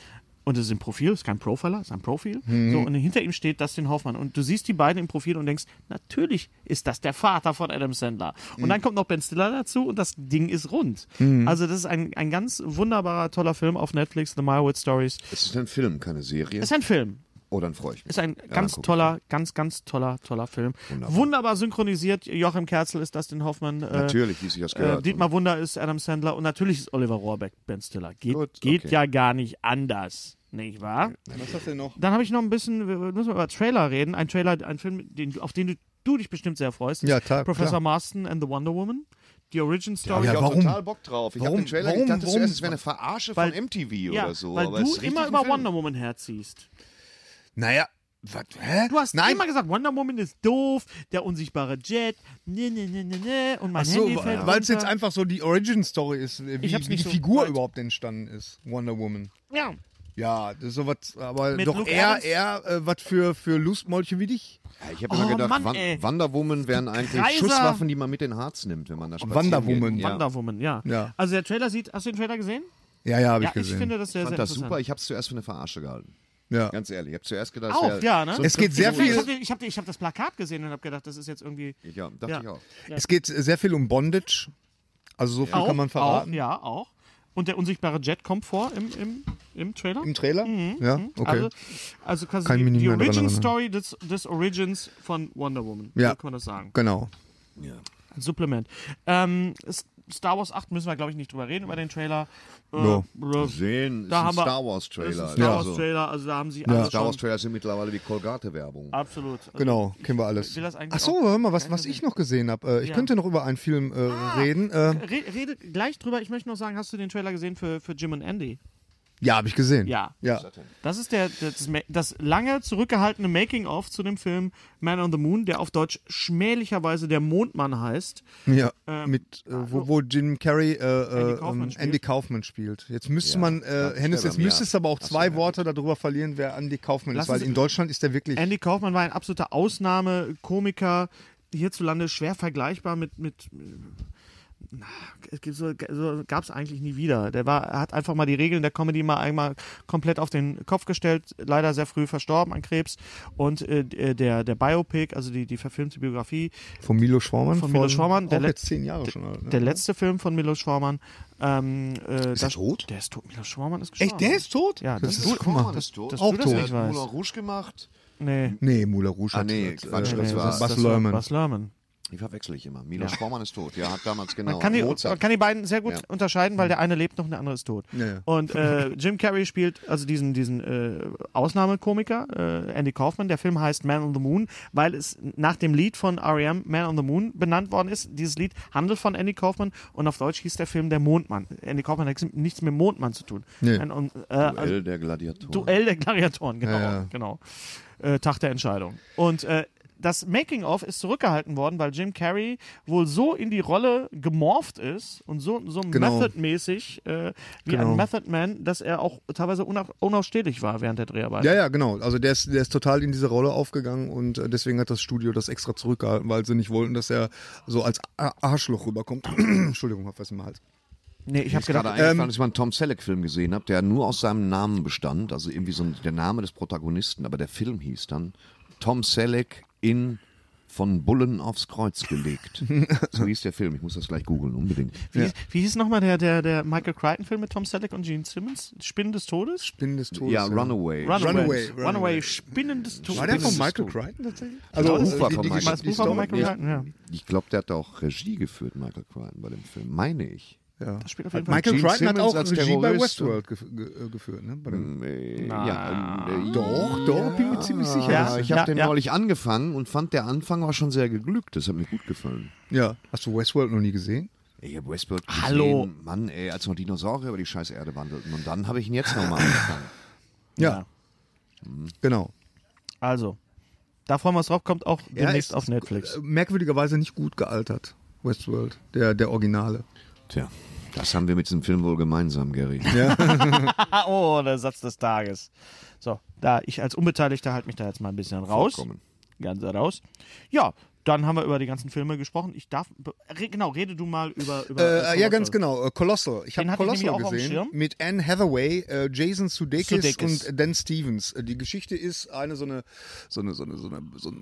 Und das ist ein Profil, ist kein Profiler, ist ein Profil. So, und hinter ihm steht Dustin Hoffmann. Und du siehst die beiden im Profil und denkst, natürlich ist das der Vater von Adam Sandler. Und dann kommt noch Ben Stiller dazu und das Ding ist rund. Also, das ist ein, ein ganz wunderbarer, toller Film auf Netflix, The Marwood Stories. Es ist ein Film, keine Serie. Ist ein Film. Oh, dann freue ich mich. Ist ein dann ganz guck ich toller, ganz, ganz toller, toller Film. Wunderbar, synchronisiert. Joachim Kerzel ist Dustin Hoffmann. Äh, Natürlich, wie sich das Äh, gehört. Dietmar Wunder ist Adam Sandler und natürlich ist Oliver Rohrbeck Ben Stiller. Geht, Gut, geht okay. ja gar nicht anders, nicht wahr? Was hast du denn noch? Dann habe ich noch ein bisschen, wir müssen wir über Trailer reden. Ein Trailer, ein Film, den, auf den du, du dich bestimmt sehr freust. Ja, klar, klar. Professor Marston and the Wonder Woman. Die Origin Hab Story. Ja, ich auch warum? total Bock drauf. Ich habe Warum? den Trailer Warum? ich dachte Warum? zuerst, es wäre eine Verarsche Weil- von MTV Ja, oder so. weil aber es du ist richtig immer ein über Film. Wonder Woman herziehst. Naja, was, hä? Du hast Nein, immer gesagt, Wonder Woman ist doof, der unsichtbare Jet, ne, ne, ne, ne, ne, und mein Ach so, Handy fällt weil es jetzt runter. einfach so die Origin-Story ist, äh, wie, Ich hab's wie die nicht so Figur weit. überhaupt entstanden ist, Wonder Woman. Ja, Ja, das ist sowas, aber Mit doch Luke eher, Evans? eher äh, was für, für Lustmolche wie dich. Ja, ich habe immer Oh, gedacht, Mann, Wan ey. Wanderwoman wären eigentlich Kreiser. Schusswaffen, die man mit den Harz nimmt, wenn man da spazieren Wanderwoman. geht. Ja. Wonder Woman, ja. Ja. Also der Trailer sieht, hast du den Trailer gesehen? Ja, ja, habe ja, ich gesehen. ich finde das sehr, Ich sehr fand das interessant. super. Ich habe es zuerst für eine Verarsche gehalten. ja. Ganz ehrlich. Ich habe zuerst gedacht, es Auch, wär ja, ne? so ein Es geht sehr Ich viel, habe ich hab, ich hab das Plakat gesehen und habe gedacht, das ist jetzt irgendwie. Ja, dachte Ja. ich auch. es geht sehr viel um Bondage. Also so viel auch, kann man verraten. Auch, ja, auch. Und der unsichtbare Jet kommt vor im, im, im Trailer. Im Trailer? Ja, okay. Also, also quasi Kann ich mich die, nicht die mehr dran Origin erinnern. Story des, des Origins von Wonder Woman. Ja. So kann man das sagen. genau. Ein Supplement. Ähm, S- Star Wars 8 müssen wir, glaube ich, nicht drüber reden, über den Trailer. Äh, No. äh, Sehen, ist Da ein haben wir- Star Wars das ist Trailer. ein Star Wars Also, Trailer, also da haben sie alle Star Wars schon, Trailer sind mittlerweile wie Colgate-Werbung. Absolut. Also Genau, kennen wir alles. will das eigentlich Ach so, auch- hör mal, was, was ich noch gesehen habe. Äh, ich Ja. Ah, könnte noch über einen Film äh, reden. Äh, Re rede gleich drüber. Ich möchte noch sagen, hast du den Trailer gesehen für, für Jim und Andy? ja, habe ich gesehen. Ja. ja. Das ist der, das, das lange zurückgehaltene Making-of zu dem Film Man on the Moon, der auf Deutsch schmählicherweise der Mondmann heißt. Ja, Ähm, mit, äh, wo, wo Jim Carrey äh, äh, Kaufman ähm, spielt. Andy Kaufman spielt. Jetzt müsste Ja, man, das äh, ist Hennes, ja jetzt bei mir. müsstest du aber auch zwei Worte darüber verlieren, wer Andy Kaufman Lass ist, weil uns- in Deutschland ist der wirklich. Andy Kaufmann war ein absoluter Ausnahmekomiker, hierzulande schwer vergleichbar mit. mit na, es gibt so, so gab es eigentlich nie wieder. Der war, er hat einfach mal die Regeln der Comedy mal einmal komplett auf den Kopf gestellt. Leider sehr früh verstorben an Krebs. Und äh, der, der Biopic, also die, die verfilmte Biografie, von Milo Schwarmann? Von Milo Schwarmann, Der der auch le- jetzt zehn Jahre schon. alt, ne? Der letzte Film von Milos Forman. Ähm, äh, ist er tot? Der ist tot. Milos Forman ist gestorben. Echt, der ist tot? Ja, das, das ist ist gut. guck mal. ist tot. dass Auch du das tot. nicht Er hat Moulin weißt. Rouge gemacht. Nee. Nee, Moulin Rouge. Ah, hat- nee, hat, Quatsch, äh, das war- Bas das war Lerman. Bas Lerman. Die verwechsel ich immer. Milos Forman ist tot. Ja, hat damals genau. Man kann, die, Mozart. man kann die beiden sehr gut Ja. unterscheiden, weil der eine lebt noch, der andere ist tot. Ja, ja. Und äh, Jim Carrey spielt also diesen, diesen äh, Ausnahmekomiker, äh, Andy Kaufman. Der Film heißt Man on the Moon, weil es nach dem Lied von R.E.M. Man on the Moon benannt worden ist. Dieses Lied handelt von Andy Kaufman und auf Deutsch hieß der Film Der Mondmann. Andy Kaufman hat nichts mit Mondmann zu tun. Nee. Man on- äh, also- Duell der Gladiatoren. Duell der Gladiatoren, genau. Ja, ja. genau. Äh, Tag der Entscheidung. Und äh, das Making-of ist zurückgehalten worden, weil Jim Carrey wohl so in die Rolle gemorpht ist und so, so Genau. Method-mäßig äh, wie Genau. ein Method-Man, dass er auch teilweise unau- unausstehlich war während der Dreharbeiten. Ja, ja, genau. Also der ist, der ist total in diese Rolle aufgegangen und äh, deswegen hat das Studio das extra zurückgehalten, weil sie nicht wollten, dass er so als A- Arschloch rüberkommt. Entschuldigung, hab was im Hals. Nee, ich habe Mir ist gerade gedacht, eingefallen, dass ich mal einen Tom Selleck-Film gesehen habe, der nur aus seinem Namen bestand, also irgendwie so ein, der Name des Protagonisten, aber der Film hieß dann Tom Selleck in von Bullen aufs Kreuz gelegt. so hieß der Film. Ich muss das gleich googeln, unbedingt. wie, hieß- wie hieß nochmal der, der, der Michael Crichton-Film mit Tom Selleck und Gene Simmons? Spinnen des Todes? Bin des Todes. Ja, Runaway. Runaway, Runaway, Runaway. Spinnen des Todes. War der von Spinnendes Michael Tod. Crichton tatsächlich? glaube, das äh, war die- von die- die- Michael das Buch die- war von die- Michael die- Crichton, ja. Ich glaube, der hat auch Regie geführt, Michael Crichton, bei dem Film. Meine ich. ja. Das spielt auf jeden Fall. Michael Gene Crichton hat Simmons auch als Regie bei Terrorist. Westworld gef ge äh, geführt, ne? Bei dem Äh, ja, ähm, äh, doch, doch, bin mir ziemlich sicher. Ja. Ja, ich habe den ja. neulich angefangen und fand, der Anfang war schon sehr geglückt. Das hat mir gut gefallen. Ja. Hast du Westworld noch nie gesehen? Ich habe Westworld gesehen. Hallo. Mann, ey, als noch Dinosaurier über die scheiß Erde wandelten. Und dann habe ich ihn jetzt nochmal angefangen. Ja. Hm. Genau. Also, da freuen wir uns drauf, kommt auch demnächst ist- auf Netflix. Äh, Merkwürdigerweise nicht gut gealtert, Westworld, der, der Originale. Tja, das haben wir mit diesem Film wohl gemeinsam, Gary. Ah, oh, der Satz des Tages. So, da ich als Unbeteiligter halte mich da jetzt mal ein bisschen raus. Vollkommen. Ganz raus. Ja, Dann haben wir über die ganzen Filme gesprochen. Ich darf. Re, genau, rede du mal über. über Äh, ja, Colossal. ganz genau. äh, Colossal. Ich Den habe hatte Colossal ich nämlich auch auf dem gesehen Schirm. mit Anne Hathaway, äh, Jason Sudeikis, Sudeikis. und äh, Dan Stevens. Äh, Die Geschichte ist eine so eine so eine so eine so eine, so eine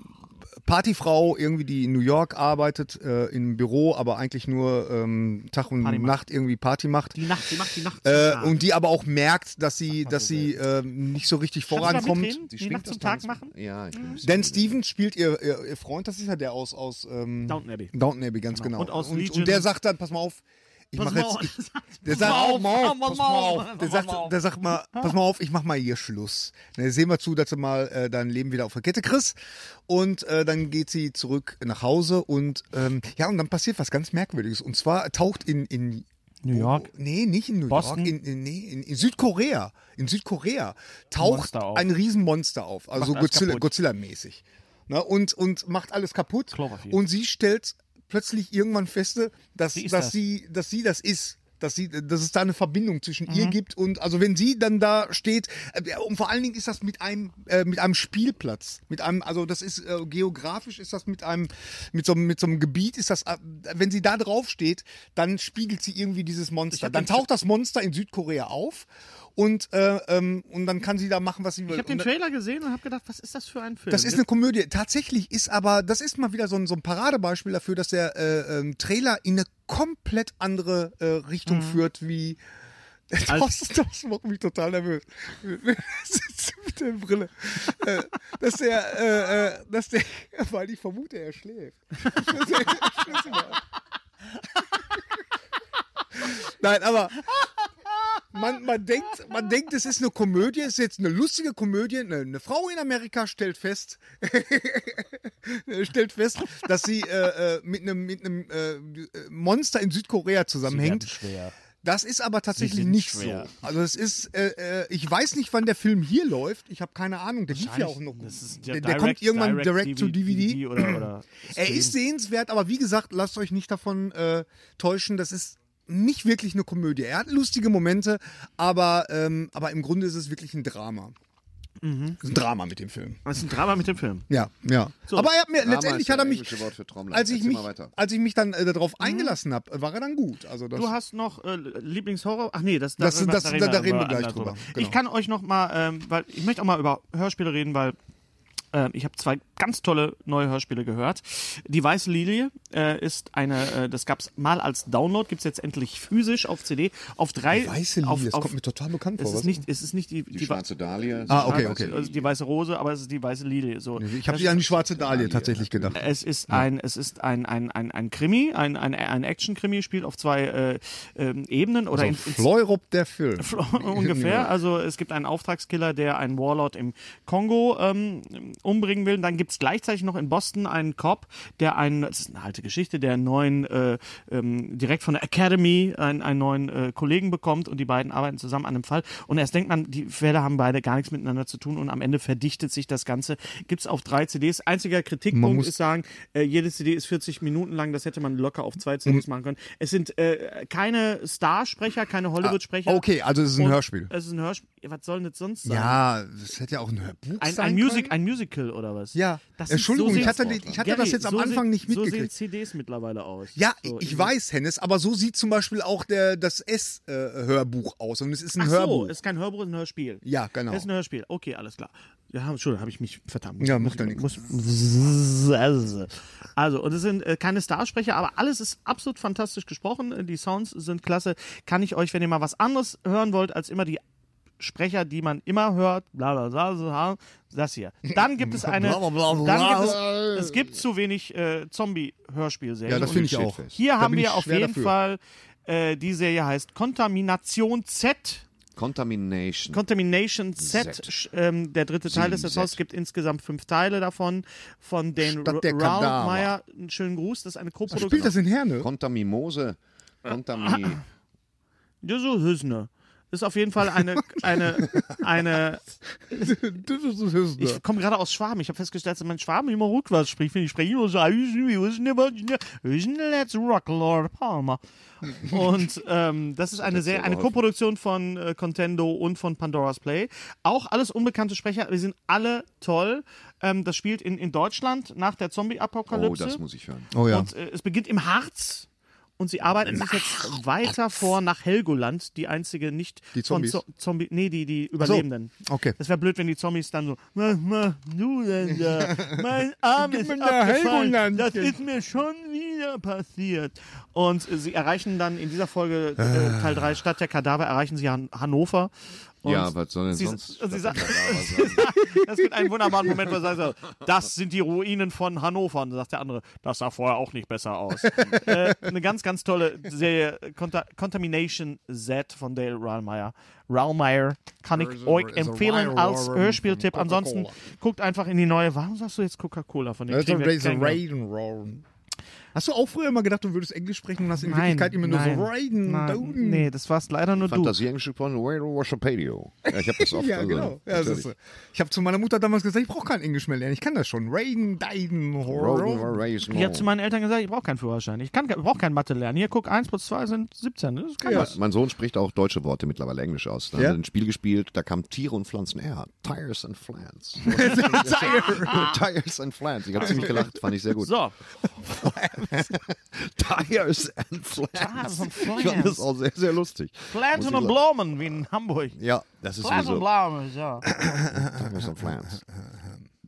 Partyfrau irgendwie, die in New York arbeitet äh, im Büro, aber eigentlich nur ähm, Tag und Party macht. Nacht irgendwie Party macht. Die Nacht, die Macht, die Nacht. zum Äh, Tag. und die aber auch merkt, dass sie, dass sie ähm, nicht so richtig Kannst du da vorankommt. mitreden? Die Nacht zum Tag machen? Ja, ich bin ein bisschen- Dan Stevens spielt ihr, ihr, ihr Freund, das ist ja der aus, aus ähm, Downton Abbey. Downton Abbey, ganz genau. Und aus und, Legion- der sagt dann, pass mal auf, ich mach Pass mal jetzt. auf. Ich, der Pass sagt, mal auf, auf, mal pass auf, mal pass mal auf. auf, pass Der mal sagt, auf. der sagt mal, pass mal auf, ich mach mal hier Schluss. Ne, sehen wir zu, dass du mal äh, dein Leben wieder auf der Kette kriegst. Und äh, dann geht sie zurück nach Hause und ähm, ja, und dann passiert was ganz Merkwürdiges. Und zwar taucht in, in Oh, New York? Nee, nicht in New Boston? York. In, in, nee, in, in Südkorea. In Südkorea taucht Monster auf. ein Riesenmonster auf. Also Macht alles Godzilla- kaputt. Godzilla-mäßig. Ne, und, und macht alles kaputt. Cloverfield. Und sie stellt plötzlich irgendwann fest, dass, Sie ist dass, das. sie, dass sie das ist. Dass, sie, dass es da eine Verbindung zwischen ihr Mhm. gibt und also wenn sie dann da steht äh, und vor allen Dingen ist das mit einem äh, mit einem Spielplatz mit einem also das ist äh, geografisch ist das mit einem mit so einem mit so einem Gebiet ist das äh, wenn sie da drauf steht dann spiegelt sie irgendwie dieses Monster hab dann den taucht das Monster in Südkorea auf und äh, ähm, und dann kann sie da machen was sie will Ich habe Und den dann- Trailer gesehen und habe gedacht, was ist das für ein Film? ne? das ist eine Komödie. Tatsächlich ist aber, das ist mal wieder so ein, so ein Paradebeispiel dafür, dass der äh, ähm, Trailer in eine komplett andere äh, Richtung führt, wie. Das, das macht mich total nervös. Mit der Brille. Äh, dass der, äh, äh, dass der, weil ich vermute, er schläft. Nein, aber man, man, denkt, man denkt, es ist eine Komödie, es ist jetzt eine lustige Komödie. Eine, eine Frau in Amerika stellt fest, stellt fest, dass sie äh, äh, mit einem mit einem äh, Monster in Südkorea zusammenhängt. schwer. Das ist aber tatsächlich sind nicht schwer. so. Also es ist, äh, äh, ich weiß nicht, wann der Film hier läuft. Ich habe keine Ahnung. Der lief ja auch noch. Das ist der, der kommt irgendwann direct, to DVD. oder, oder Er ist sehenswert, aber wie gesagt, lasst euch nicht davon äh, täuschen. Das ist nicht wirklich eine Komödie. Er hat lustige Momente, aber, ähm, aber im Grunde ist es wirklich ein Drama. Mhm. Es ist Ein Drama mit dem Film. Das ist ein Drama mit dem Film. Ja, ja. Aber er hat mir, Drama letztendlich ist ja hat er das mich, englische Wort für Trommler. als ich Erzähl mich, mal weiter. als ich mich dann äh, darauf eingelassen habe, war er dann gut. Also das, Mhm. Du hast noch äh, Lieblingshorror? Ach nee, das, Das- darüber- das- da- da reden wir aber gleich anders drüber. Genau. Ich kann euch noch mal, ähm, weil ich möchte auch mal über Hörspiele reden, weil ähm, ich habe zwei ganz tolle neue Hörspiele gehört. Die Weiße Lilie äh, ist eine, äh, das gab's mal als Download, gibt's jetzt endlich physisch auf CD, auf drei. Weiße auf, Linie, das auf, kommt mir total bekannt es vor. ist was? nicht, es ist nicht die, Die schwarze Dahlia. Ah, okay, Also, okay. also die weiße Rose, aber es ist die weiße Lilie. So. ich habe an die schwarze Dahlia tatsächlich gedacht. Es ist ein, es ist ein, ein, ein, ein Krimi, ein, ein, ein Action-Krimi, spielt auf zwei äh, ähm, Ebenen Also oder in, in Fleurop der Film. ungefähr. Also es gibt einen Auftragskiller, der einen Warlord im Kongo ähm, umbringen will. Und dann gibt es gleichzeitig noch in Boston einen Cop, der einen, das ist eine alte Geschichte, der einen neuen, äh, ähm, direkt von der Academy einen, einen neuen äh, Kollegen bekommt und die beiden arbeiten zusammen an einem Fall. Und erst denkt man, die Fälle haben beide gar nichts miteinander zu tun und am Ende verdichtet sich das Ganze. Gibt es auf drei CDs. Einziger Man Kritikpunkt muss- ist sagen, äh, jede CD ist 40 Minuten lang, das hätte man locker auf zwei CDs machen können. Es sind äh, keine Starsprecher, Ah. keine Hollywood-Sprecher. Okay, also es ist ein Und Hörspiel. Es ist ein Hörspiel. Was soll denn das sonst sein? Ja, es hätte ja auch ein Hörbuch Ein, sein ein, Music, können. ein Musical oder was? Ja. Das ist- Entschuldigung, so ich sehen- hatte, die- ich hatte Gary, das jetzt am so Anfang sehen, nicht So sehen mitgekriegt. CDs mittlerweile aus. ja, so, ich irgendwie. weiß, Hennes, aber so sieht zum Beispiel auch der, das S-Hörbuch aus. Und es ist ein Ach so, Hörbuch. ist kein Hörbuch, ist ein Hörspiel. Ja, genau. Es ist ein Hörspiel. Okay, alles klar. Ja, Entschuldigung, habe ich mich verdammt. Ja, macht ja nichts. muss, Also, und es sind äh, keine Starsprecher, aber alles ist absolut fantastisch gesprochen. Äh, Die Sounds sind klasse. Kann ich euch, wenn ihr mal was anderes hören wollt, als immer die Sprecher, die man immer hört, bla bla bla, bla das hier. Dann gibt es eine. Bla, bla, bla, bla. Dann gibt es, es gibt zu wenig äh, Zombie-Hörspielserien. ja, das Und finde ich steht auch. fest. Hier Da haben bin ich wir auf schwer jeden dafür. Fall, äh, die Serie heißt Kontamination Z. Contamination. Contamination Z, Z. sch- Ähm, der dritte Teil ist das Z. Haus. Es gibt insgesamt fünf Teile davon von Dan Stadt der Kadaver. Ralph Meyer. Einen schönen Gruß, das ist eine Spielt Co-Produktion. das in Herne? Ah, Contamimose. Contami. Ja, so Hüsne. ist auf jeden Fall eine, eine, eine. ne? Ich komme gerade aus Schwaben. Ich habe festgestellt, dass mein Schwaben immer rückwärts spricht. Ich spreche immer so. Let's rock, Lord Palmer. Und ähm, das ist eine sehr, eine Koproduktion von äh, Contendo und von Pandora's Play. Auch alles unbekannte Sprecher. Wir sind alle toll. Ähm, das spielt in, in Deutschland nach der Oh, Zombie-Apokalypse. das muss ich hören. Oh ja. Und äh, es beginnt im Harz. Und sie arbeiten sich jetzt weiter vor nach Helgoland, die einzige nicht Die Zombies. von Zo Zombie, nee, die, die Überlebenden. okay. Es wäre blöd, wenn die Zombies dann so, was machst du denn da? Mein Arm ist mir da abgefallen. Helgoland Das jetzt." ist mir schon wieder passiert. Und äh, sie erreichen dann in dieser Folge, äh, Teil 3, Stadt der Kadaver, erreichen sie Han Hannover. Und ja, was soll denn sie, sonst? Und also sie sagt, sagen. das gibt einen wunderbaren Moment, wo er sagt, so, das sind die Ruinen von Hannover. Und dann sagt der andere, das sah vorher auch nicht besser aus. äh, eine ganz, ganz tolle Serie, Conta Contamination Z von Dale Rallmeyer. Rallmeyer kann ich euch empfehlen als Hörspieltipp. Ansonsten guckt einfach in die neue, warum sagst du jetzt Coca-Cola von den Äh, Das ist ein Triebwerken? Razor Raiden Roll. Hast du auch früher mal gedacht, du würdest Englisch sprechen und hast in Nein, Wirklichkeit immer nur nein, so Raiden, nein, Doden. nee, das warst leider nur du. Fantasieenglische von Washapedio. Ja, ich habe das oft. Ja, also, genau. Ja, das natürlich. ist, ich habe zu meiner Mutter damals gesagt, ich brauche kein Englisch mehr lernen, ich kann das schon. Raiden, Daiden, Roden Horror. war raised Ich habe zu more. meinen Eltern gesagt, ich brauche keinen Führerschein. Ich, kann ke- ich brauche kein Mathe lernen. Hier, guck, 1 plus 2 sind 17. Das kann Ja, was. mein Sohn spricht auch deutsche Worte mittlerweile Englisch aus. Da Ja? haben wir ein Spiel gespielt, da kamen Tiere und Pflanzen her. Tires and Plants. Tires and Plants. Ich habe ziemlich gelacht, fand ich sehr gut. So, Tires and Plants. Tires and Ich fand das Plants. auch sehr, sehr lustig. Planten Muss und ich Blumen wie in Hamburg. la- Ja, das ist Planten und sowieso. Blumen, ja. Tires and Plants.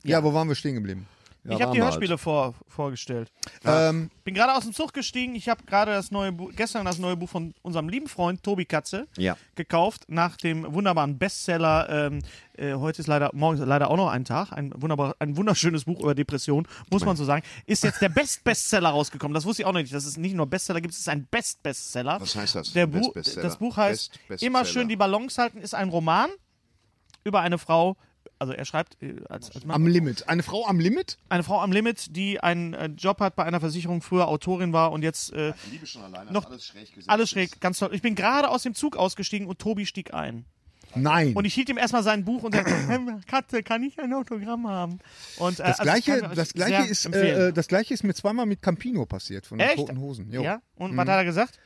Ja, wo waren wir stehen geblieben? Ja, ich habe waren die wir halt. Hörspiele vor, vorgestellt. Ähm, Bin gerade aus dem Zug gestiegen. Ich habe gerade das neue Buch, gestern das neue Buch von unserem lieben Freund Tobi Katze Ja. gekauft nach dem wunderbaren Bestseller. Ähm, äh, heute ist leider morgen ist leider auch noch ein Tag. Ein wunderbar, ein wunderschönes Buch über Depressionen muss man so sagen. Ist jetzt der Best Bestseller rausgekommen. Das wusste ich auch noch nicht. Dass es nicht nur Bestseller gibt, es ist ein Best Bestseller. Was heißt das? Der Best Bu Bestseller? das Buch heißt Best immer Bestseller. schön die Balance halten. Ist ein Roman über eine Frau. Also er schreibt äh, als, als Mann am Limit. Eine Frau am Limit? eine Frau am Limit, die einen äh, Job hat bei einer Versicherung, früher Autorin war und jetzt äh, Liebe schon alleine, Noch- alles schräg gesetzt. alles schräg, ganz toll. Ich bin gerade aus dem Zug ausgestiegen und Tobi stieg ein. Nein. Und ich hielt ihm erstmal sein Buch und sagte, "Ähm, Katze, kann ich ein Autogramm haben? Und, äh, das also ich gleiche, kann euch das sehr gleiche ist, empfehlen. äh, das gleiche ist mir zweimal mit Campino passiert von den Echt? toten Hosen. äh, Jo. Mhm. Ja? Und was hat er gesagt?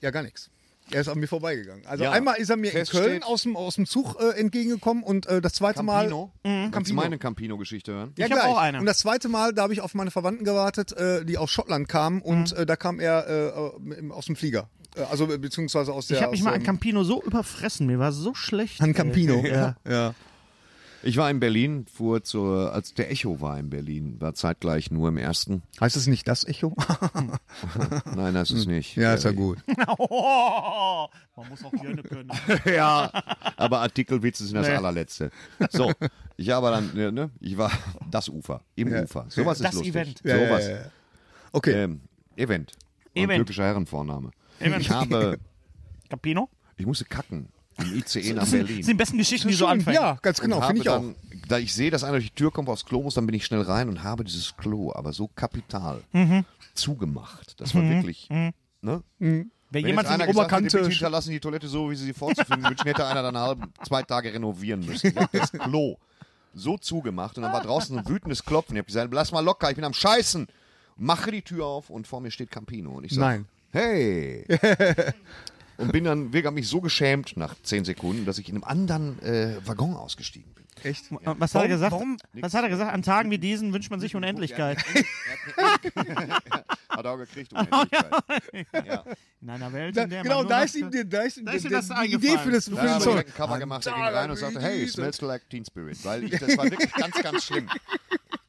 Ja, gar nichts. Er ist an mir vorbeigegangen. Also Ja. einmal ist er mir in Feststeht- Köln aus dem, aus dem Zug äh, entgegengekommen und äh, das zweite Mhm, Campino? Mal. Kannst du meine Campino-Geschichte hören? Ja, Ich hab gleich. auch eine. Und das zweite Mal, da habe ich auf meine Verwandten gewartet, äh, die aus Schottland kamen und Mhm. äh, da kam er äh, äh, aus dem Flieger. Äh, also äh, beziehungsweise aus der. ich habe mich aus mal an dem- Campino so überfressen, mir war so schlecht. an Campino. Ja. ja. Ich war in Berlin, fuhr zur, als der Echo war in Berlin, war zeitgleich nur im ersten. Heißt es nicht das Echo? Nein, das ist nicht. ja, ist ja Äh, gut. Oh, man muss auch gerne können. ja, aber Artikelwitze sind das Nee. allerletzte. So, ich habe dann, ne, ne, ich war das Ufer, im Ufer. Sowas Das ist lustig. Event. Ja, ja, Sowas. ja, ja. Okay. Ähm, Event. Und Event. Türkischer Herrenvorname. Event. Ich habe, Campino? ich musste kacken im ICE nach Das sind, Berlin. das sind die besten Geschichten, die so anfangen. ja, ganz genau, Und habe finde ich auch. dann, Da ich sehe, dass einer durch die Tür kommt, aufs Klo muss, dann bin ich schnell rein und habe dieses Klo, aber so kapital Mhm. zugemacht. Das war wirklich. Ne? Wer Wenn jemand jetzt in einer die gesagt hätte, Oberkante bitte hinterlassen die Toilette so, wie sie sie vorzufinden wünschen, hätte einer dann halb zwei Tage renovieren müssen. Ich hab das Klo so zugemacht und dann war draußen ein wütendes Klopfen. Ich habe gesagt, lass mal locker, ich bin am Scheißen. Mache die Tür auf und vor mir steht Campino und ich sage, Nein. hey. und bin dann wirklich hab mich so geschämt nach zehn Sekunden, dass ich in einem anderen äh, Waggon ausgestiegen bin. Echt? Was hat er gesagt? Was hat er gesagt? An Tagen wie diesen wünscht man sich Unendlichkeit. Hat er auch gekriegt. Unendlichkeit. ja. In einer Welt, Da, in der genau, man da nur ist ihm, macht- die- da ist ihm, Da ist die- ihm das die Idee eingefallen. für, das, für Da habe den ich Song. direkt ein Cover gemacht, er ging rein und sagte, hey, smells like Teen Spirit. Weil ich, das war wirklich ganz, ganz schlimm.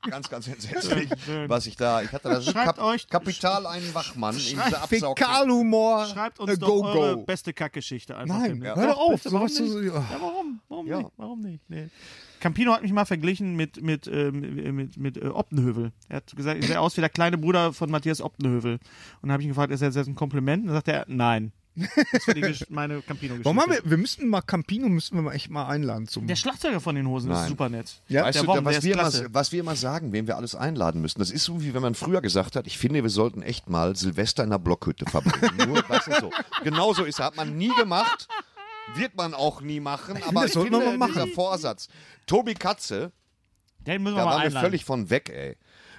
Ganz, ganz entsetzlich, Schön. was ich da, ich hatte da so Schreibt euch- kapital einen Wachmann in dieser Absaug. Fäkalhumor. Schreibt äh, uns go, doch eure go. beste Kackgeschichte einfach. Nein, demnächst. hör doch auf. bitte, warum sowas zu- nicht? ja. Ja, warum? Warum Ja. nicht? Warum nicht? Nee. Campino hat mich mal verglichen mit, mit, äh, mit, mit, mit äh, Optenhövel. Er hat gesagt, ich sehe aus wie der kleine Bruder von Matthias Optenhövel. Und dann habe ich ihn gefragt, ist das jetzt ein Kompliment? Und dann sagt er, nein. Das war die, Gesch- meine Campino-Geschichte. Warum haben wir, wir müssten mal Campino, müssten wir mal echt mal einladen zum. Der Schlagzeuger von den Hosen Nein. ist super nett. Ja. Weißt der du, Wom, der was ist wir, immer, klasse. was wir immer sagen, wen wir alles einladen müssen, das ist so, wie wenn man früher gesagt hat, ich finde, wir sollten echt Genau mal Silvester in einer Blockhütte verbringen. Nur, weißt du, so. Genauso ist, hat man nie gemacht. Wird man auch nie machen, aber das ich sollte finde man mal machen. dieser Vorsatz. Tobi Katze, Den müssen wir da mal waren wir einladen. völlig von weg, ey.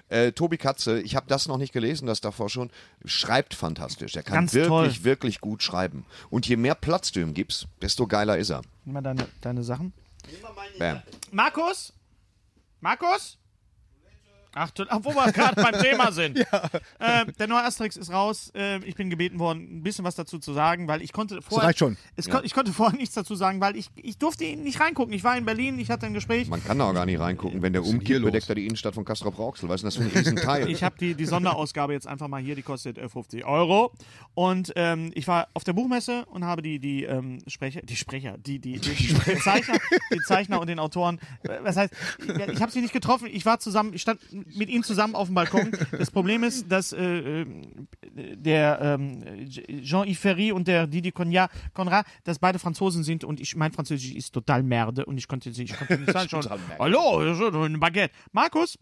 Äh, Tobi Katze, ich habe das noch nicht gelesen, das davor schon, schreibt fantastisch. Er kann Ganz wirklich, toll. wirklich gut schreiben. Und je mehr Platz du ihm gibst, desto geiler ist er. Nimm mal deine, deine Sachen. Bam. Markus? Markus? Ach, tu- ach, wo wir gerade beim Thema sind. Äh, der neue Asterix ist raus. Äh, ich bin gebeten worden, ein bisschen was dazu zu sagen, weil ich konnte vorher. reicht schon. Es kon Ich konnte vorher nichts dazu sagen, weil ich, ich durfte nicht reingucken. Ich war in Berlin, ich hatte ein Gespräch. Man kann da auch gar nicht reingucken, wenn der hier umkippt, los? bedeckt er die Innenstadt von Kastrop-Rauxel. Was ist denn das für ein Riesenteil? Ich habe die, die Sonderausgabe jetzt einfach mal hier, die kostet äh, 50 Euro. Und ähm, ich war auf der Buchmesse und habe die, die ähm, Sprecher, die Sprecher, die, die, die, die, Zeichner, die Zeichner und den Autoren, äh, was heißt, ich, ich habe sie nicht getroffen, ich war zusammen, ich stand mit ihnen zusammen auf dem Balkon. Das Problem ist, dass äh, äh, der ähm, Jean-Yves Ferry und der Didi Cognac, Conrad, dass beide Franzosen sind und ich, mein Französisch ist total merde und ich konnte sie, ich konnte nicht sagen, schon, hallo, das ist ein Baguette. Markus,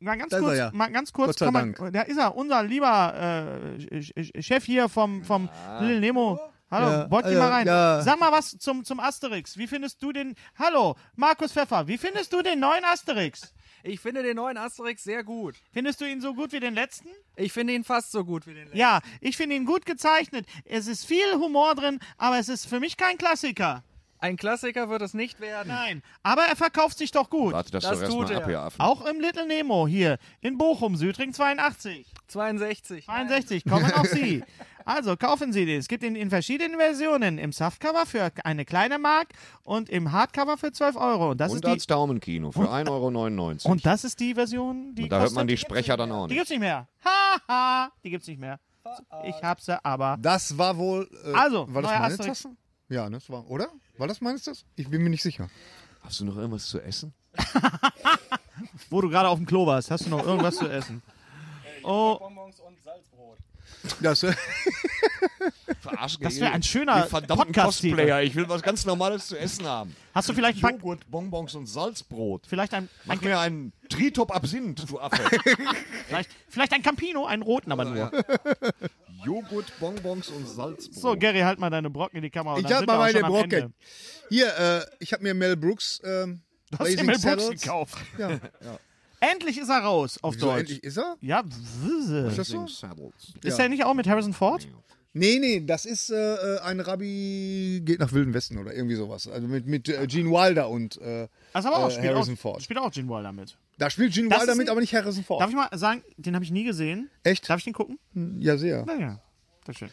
mal ganz Da ist kurz, er ja. mal ganz kurz, Gott sei kann man, da ist er, unser lieber äh, Sch- Sch- Chef hier vom, vom Little Nemo. Hallo, Ja, wollt ihr ja, mal rein? ja. Sag mal was zum, zum Asterix. Wie findest du den, hallo, Markus Pfeffer, wie findest du den neuen Asterix? Ich finde den neuen Asterix sehr gut. Findest du ihn so gut wie den letzten? Ich finde ihn fast so gut wie den letzten. Ja, ich finde ihn gut gezeichnet. Es ist viel Humor drin, aber es ist für mich kein Klassiker. Ein Klassiker wird es nicht werden. Nein, aber er verkauft sich doch gut. Warte das, Das doch tut erstmal er. ab, ihr Affen. Auch im Little Nemo hier in Bochum, Südring 82. 62. 62, kommen auch Sie. Also kaufen Sie den. Es gibt ihn in verschiedenen Versionen. Im Softcover für eine kleine Mark und im Hardcover für 12 Euro. Und das, Und ist, die, als Daumenkino für 1,99 Euro. und das ist die Version, die. Da hört kostet- man die Sprecher dann auch Die nicht. gibt's nicht mehr. Haha, ha, die gibt's nicht mehr. Ich hab sie aber. Das war wohl. Äh, Also, war das neuer meine Asterix. Tasse? Ja, ne, das war, oder? War das meines das? Ich bin mir nicht sicher. Hast du noch irgendwas zu essen? Wo du gerade auf dem Klo warst, hast du noch irgendwas zu essen? Oh, Das, äh, Verarschen Das wär ihr- ein schöner ihr verdammten Podcast-Titel. Cosplayer. Ich will was ganz Normales zu essen haben. hast du vielleicht ein, Pack, Bonbons und Salzbrot. vielleicht ein, ein mir einen Tritop Absinth, du Affe. vielleicht, vielleicht ein Campino, einen roten aber nur. Joghurt, Bonbons und Salzbrot. So, Gary, halt mal deine Brocken in die Kamera. und ich dann hab sind mal wir auch meine schon am Ende. Brocken. Hier, äh, ich habe mir Mel Brooks. Ähm, Du hast dir Blazing Mel Brooks Saddles- gekauft. Ja. Endlich ist er raus auf Wieso, Deutsch. endlich ist er? Ja, ist, Ist das so? ist er nicht auch mit Harrison Ford? Nee, nee, das ist äh, ein Rabbi geht nach Wilden Westen oder irgendwie sowas. Also mit, mit äh, Gene Wilder und äh, Also aber auch, äh, spielt Harrison auch, Ford. Spielt auch Gene Wilder mit. Da spielt Gene Das Wilder ist mit, ein- aber nicht Harrison Ford. Darf ich mal sagen, den habe ich nie gesehen. Echt? Äh, Darf ich den gucken? Ja, sehr. Naja. Das ist schön.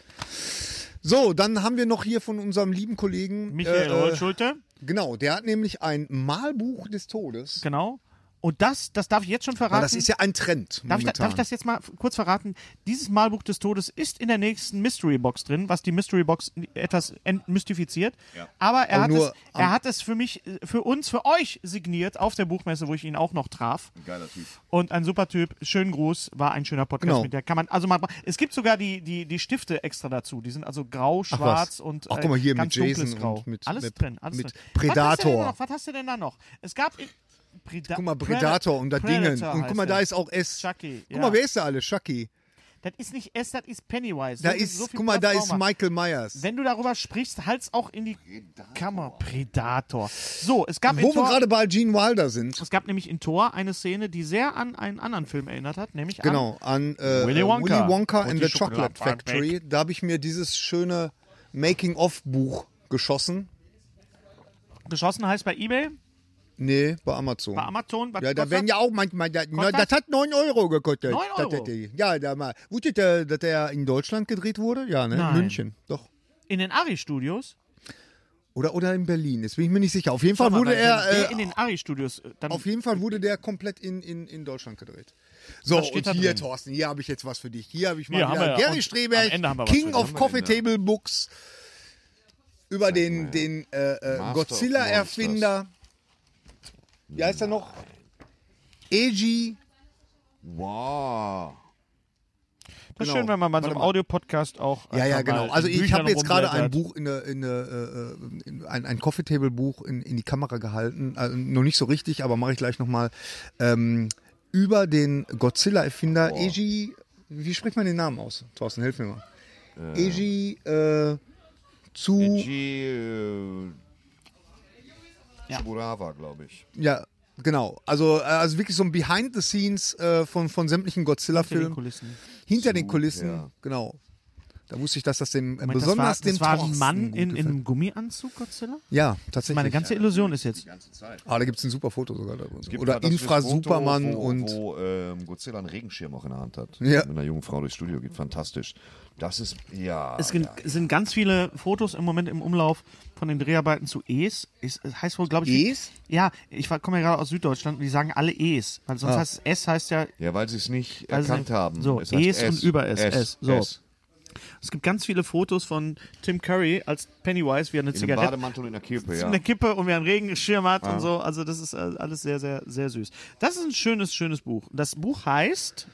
So, dann haben wir noch hier von unserem lieben Kollegen Michael äh, äh, Holtschulte, Genau, der hat nämlich ein Malbuch des Todes. genau. Und das, das darf ich jetzt schon Weil verraten. das ist ja ein Trend. darf, ich, da- momentan. darf ich das jetzt mal f- kurz verraten? Dieses Malbuch des Todes ist in der nächsten Mystery Box drin, was die Mystery Box etwas entmystifiziert. Aber er, Aber hat nur es, am- er hat es für mich, äh, für uns, für euch signiert auf der Buchmesse, wo ich ihn auch noch traf. Geiler Typ. Und ein super Typ. Schönen Gruß. War ein schöner Podcast Genau. mit der. Kann man, also mal, es gibt sogar die, die, die Stifte extra dazu. Die sind also grau, schwarz was. und äh, Ach, guck mal, hier ganz mit dunkles Jason grau. und mit- alles mit- drin, alles mit drin. Was hast, du denn Predator. noch? Was hast du denn da noch? Es gab. in- Preda Guck mal, Predator und da Predator Dingen. Und guck heißt mal, da er. ist auch S. Chucky, Guck ja. mal, wer ist da alles? Chucky. Das ist nicht S, das ist Pennywise. Da So viel- ist, so viel guck mal, da Platz ist brauchen wir. Michael Myers. Wenn du darüber sprichst, halt's auch in die Kammer. Predator. So, es gab in Wo wir Tor- gerade bei Gene Wilder sind. es gab nämlich in Tor eine Szene, die sehr an einen anderen Film erinnert hat, nämlich an Genau, an äh, Willy Wonka. Willy Wonka Und and die the Chocolate Schokoladenfabrik. Factory. Da habe ich mir dieses schöne Making-of-Buch geschossen. Geschossen heißt bei Ebay, Nee, bei Amazon. bei Amazon. was ja, da kostet werden ja auch manchmal. Da, na, Kostet- das hat 9 Euro gekostet. Neun Das Euro? hätte ich- Ja, da mal. Wusstet ihr, dass der in Deutschland gedreht wurde? Ja, ne? Nein. In München. Doch. In den Ari-Studios? Oder, oder in Berlin. Jetzt bin ich mir nicht sicher. Auf jeden Fall wurde Wenn der er. in Äh, den Ari-Studios. äh, Dann auf jeden Fall wurde der komplett in, in, in Deutschland gedreht. So, Was steht und da hier, drin? Thorsten, hier habe ich jetzt was für dich. Hier habe ich mal Hier haben wieder wir- Gary und Streberg, am Ende haben wir was für King dich. of Haben wir Coffee denn da? Table Books, über den, den äh, äh, of Godzilla-Erfinder. Wie heißt er noch? E Eiji. Wow. das ist genau. schön, wenn man mal so Warte einem mal. Audiopodcast auch. äh, Ja, ja, einfach mal genau. in Also ich Büchern äh, habe jetzt gerade ein rumblättert. Buch in, eine, in, eine, äh, in ein, ein Coffee Table Buch in, in die Kamera gehalten. Also noch nicht so richtig, aber mache ich gleich nochmal. Ähm, über den Godzilla-Erfinder Eiji. Wie spricht man den Namen aus? Thorsten, hilf mir mal. Eiji äh, zu. Uh. G. Äh, Ja. Chiburava, glaube ich. Ja, genau. Also, äh, also wirklich so ein Behind the Scenes äh, von, von sämtlichen Hinter den Godzilla-Filmen. Kulissen. Hinter den Zu, Kulissen, ja. genau. Da wusste ich, dass das dem äh, Moment, besonders das dem war, das war Thorsten ein Mann gut in, in gefällt. einem Gummianzug, Godzilla? Ja, tatsächlich. Meine ganze Illusion ist jetzt. ah, da gibt's ein super Foto sogar. Da. Gibt Oder da das Infra Foto, Superman wo, und. Wo ähm, Godzilla einen Regenschirm auch in der Hand hat. Ja. Mit einer jungen Frau durchs Studio geht. Fantastisch. Das ist, ja. Es sind, Ah, ja. sind ganz viele Fotos im Moment im Umlauf von den Dreharbeiten zu Es. Es heißt wohl, glaube ich. Es? Ja, ich war- komme ja gerade aus Süddeutschland und die sagen alle Es. Weil Ah. sonst heißt es heißt ja Ja, weil sie es nicht Weil sie- erkannt haben. so, es heißt Es und über Es, Es, so. Es. Es gibt ganz viele Fotos von Tim Curry als Pennywise, wie er eine In einem Zigarette Bademantel und in der Kippe, in ja. Ah. der Kippe und wie er einen Regenschirm hat und so. Also das ist äh, alles sehr, sehr, sehr süß. Das ist ein schönes, schönes Buch. Das Buch heißt,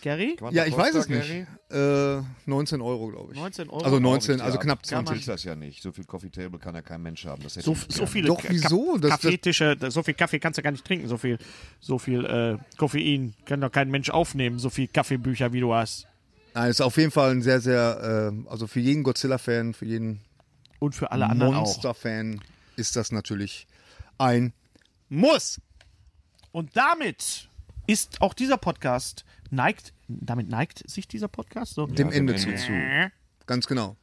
Gary, Kann man Ja, da ich weiß es Polster, nicht. Gary? Äh, 19 Euro, glaube ich. 19 Euro. Also glaub 19, ich, also ja. knapp Kann man- 20. Ich das ja nicht. So viel Coffee Table kann ja kein Mensch haben. Das hätte so, ich so gerne. viele Doch, Ka- wieso? Das- das- Kaffeetische, da- so viel Kaffee kannst du gar nicht trinken, so viel, so viel äh, Koffein kann doch kein Mensch aufnehmen, so viel Kaffeebücher wie du hast. Nein, ist auf jeden Fall ein sehr, sehr, äh, also für jeden Godzilla-Fan, für jeden Und für alle anderen auch. Monster-Fan ist das natürlich ein Muss. Und damit ist auch dieser Podcast neigt, damit neigt sich dieser Podcast so. Dem Ende zu. Ende Äh. zu. Ganz genau.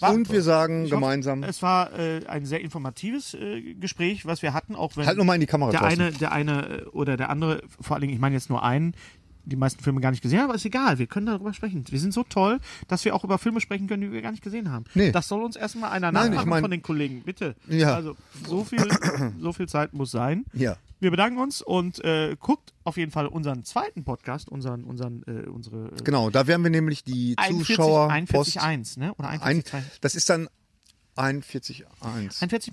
War- Und wir sagen Ich hoffe, gemeinsam, Es war äh, ein sehr informatives äh, Gespräch, was wir hatten, auch wenn halt nochmal in die Kamera, der Thorsten. eine, der eine äh, oder der andere, vor allen Dingen, ich meine jetzt nur einen, die meisten Filme gar nicht gesehen haben, aber ist egal, wir können darüber sprechen. Wir sind so toll, dass wir auch über Filme sprechen können, die wir gar nicht gesehen haben. Nee. Das soll uns erstmal einer Nein, ich nachmachen mein- von den Kollegen, bitte. Ja. Also so viel, so viel Zeit muss sein. Ja. Wir bedanken uns und äh, guckt auf jeden Fall unseren zweiten Podcast, unseren, unseren, äh, unsere äh, Genau, da werden wir nämlich die 41, Zuschauer. 41, 1, ne? Oder 41, ein, das ist dann 41.1. Und Jetzt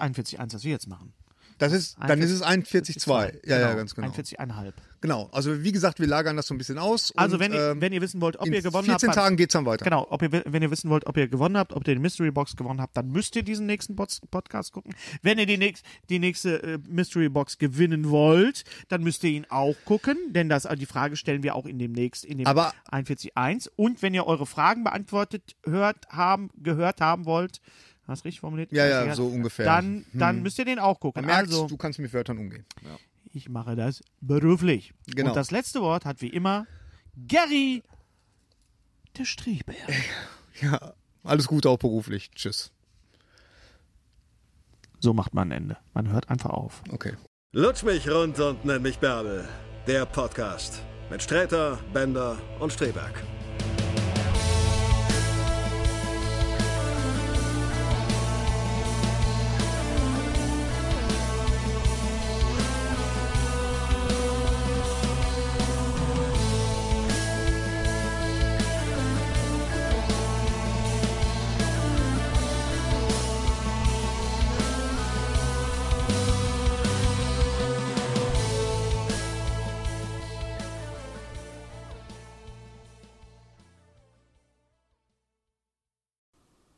41.1, was wir jetzt machen. Das ist, dann ist es 41.2. Ja, ja, ganz genau. 41,5. Genau. Also wie gesagt, wir lagern das so ein bisschen aus. Also und, wenn, ihr, ähm, wenn ihr wissen wollt, ob in ihr gewonnen 14 habt. Tagen geht's dann weiter. Genau, ob ihr, wenn ihr wissen wollt, ob ihr gewonnen habt, ob ihr die Mystery Box gewonnen habt, dann müsst ihr diesen nächsten Bots- Podcast gucken. Wenn ihr die, nächst, die nächste äh, Mystery Box gewinnen wollt, dann müsst ihr ihn auch gucken, denn das, äh, die Frage stellen wir auch in dem nächsten, in dem Aber- 41.1. Und wenn ihr eure Fragen beantwortet hört, haben, gehört haben wollt, hast du richtig formuliert? Ja, ja, so ungefähr. Hm. Dann, dann müsst ihr den auch gucken. Du merkst, also, du kannst mit Wörtern umgehen. ich mache das beruflich. Genau. Und das letzte Wort hat wie immer Gary der Strieber. Ja. Alles Gute auch beruflich. Tschüss. So macht man ein Ende. Man hört einfach auf. Okay. Lutsch mich rund und nenn mich Bärbel. Der Podcast mit Sträter, Bender und Streberg.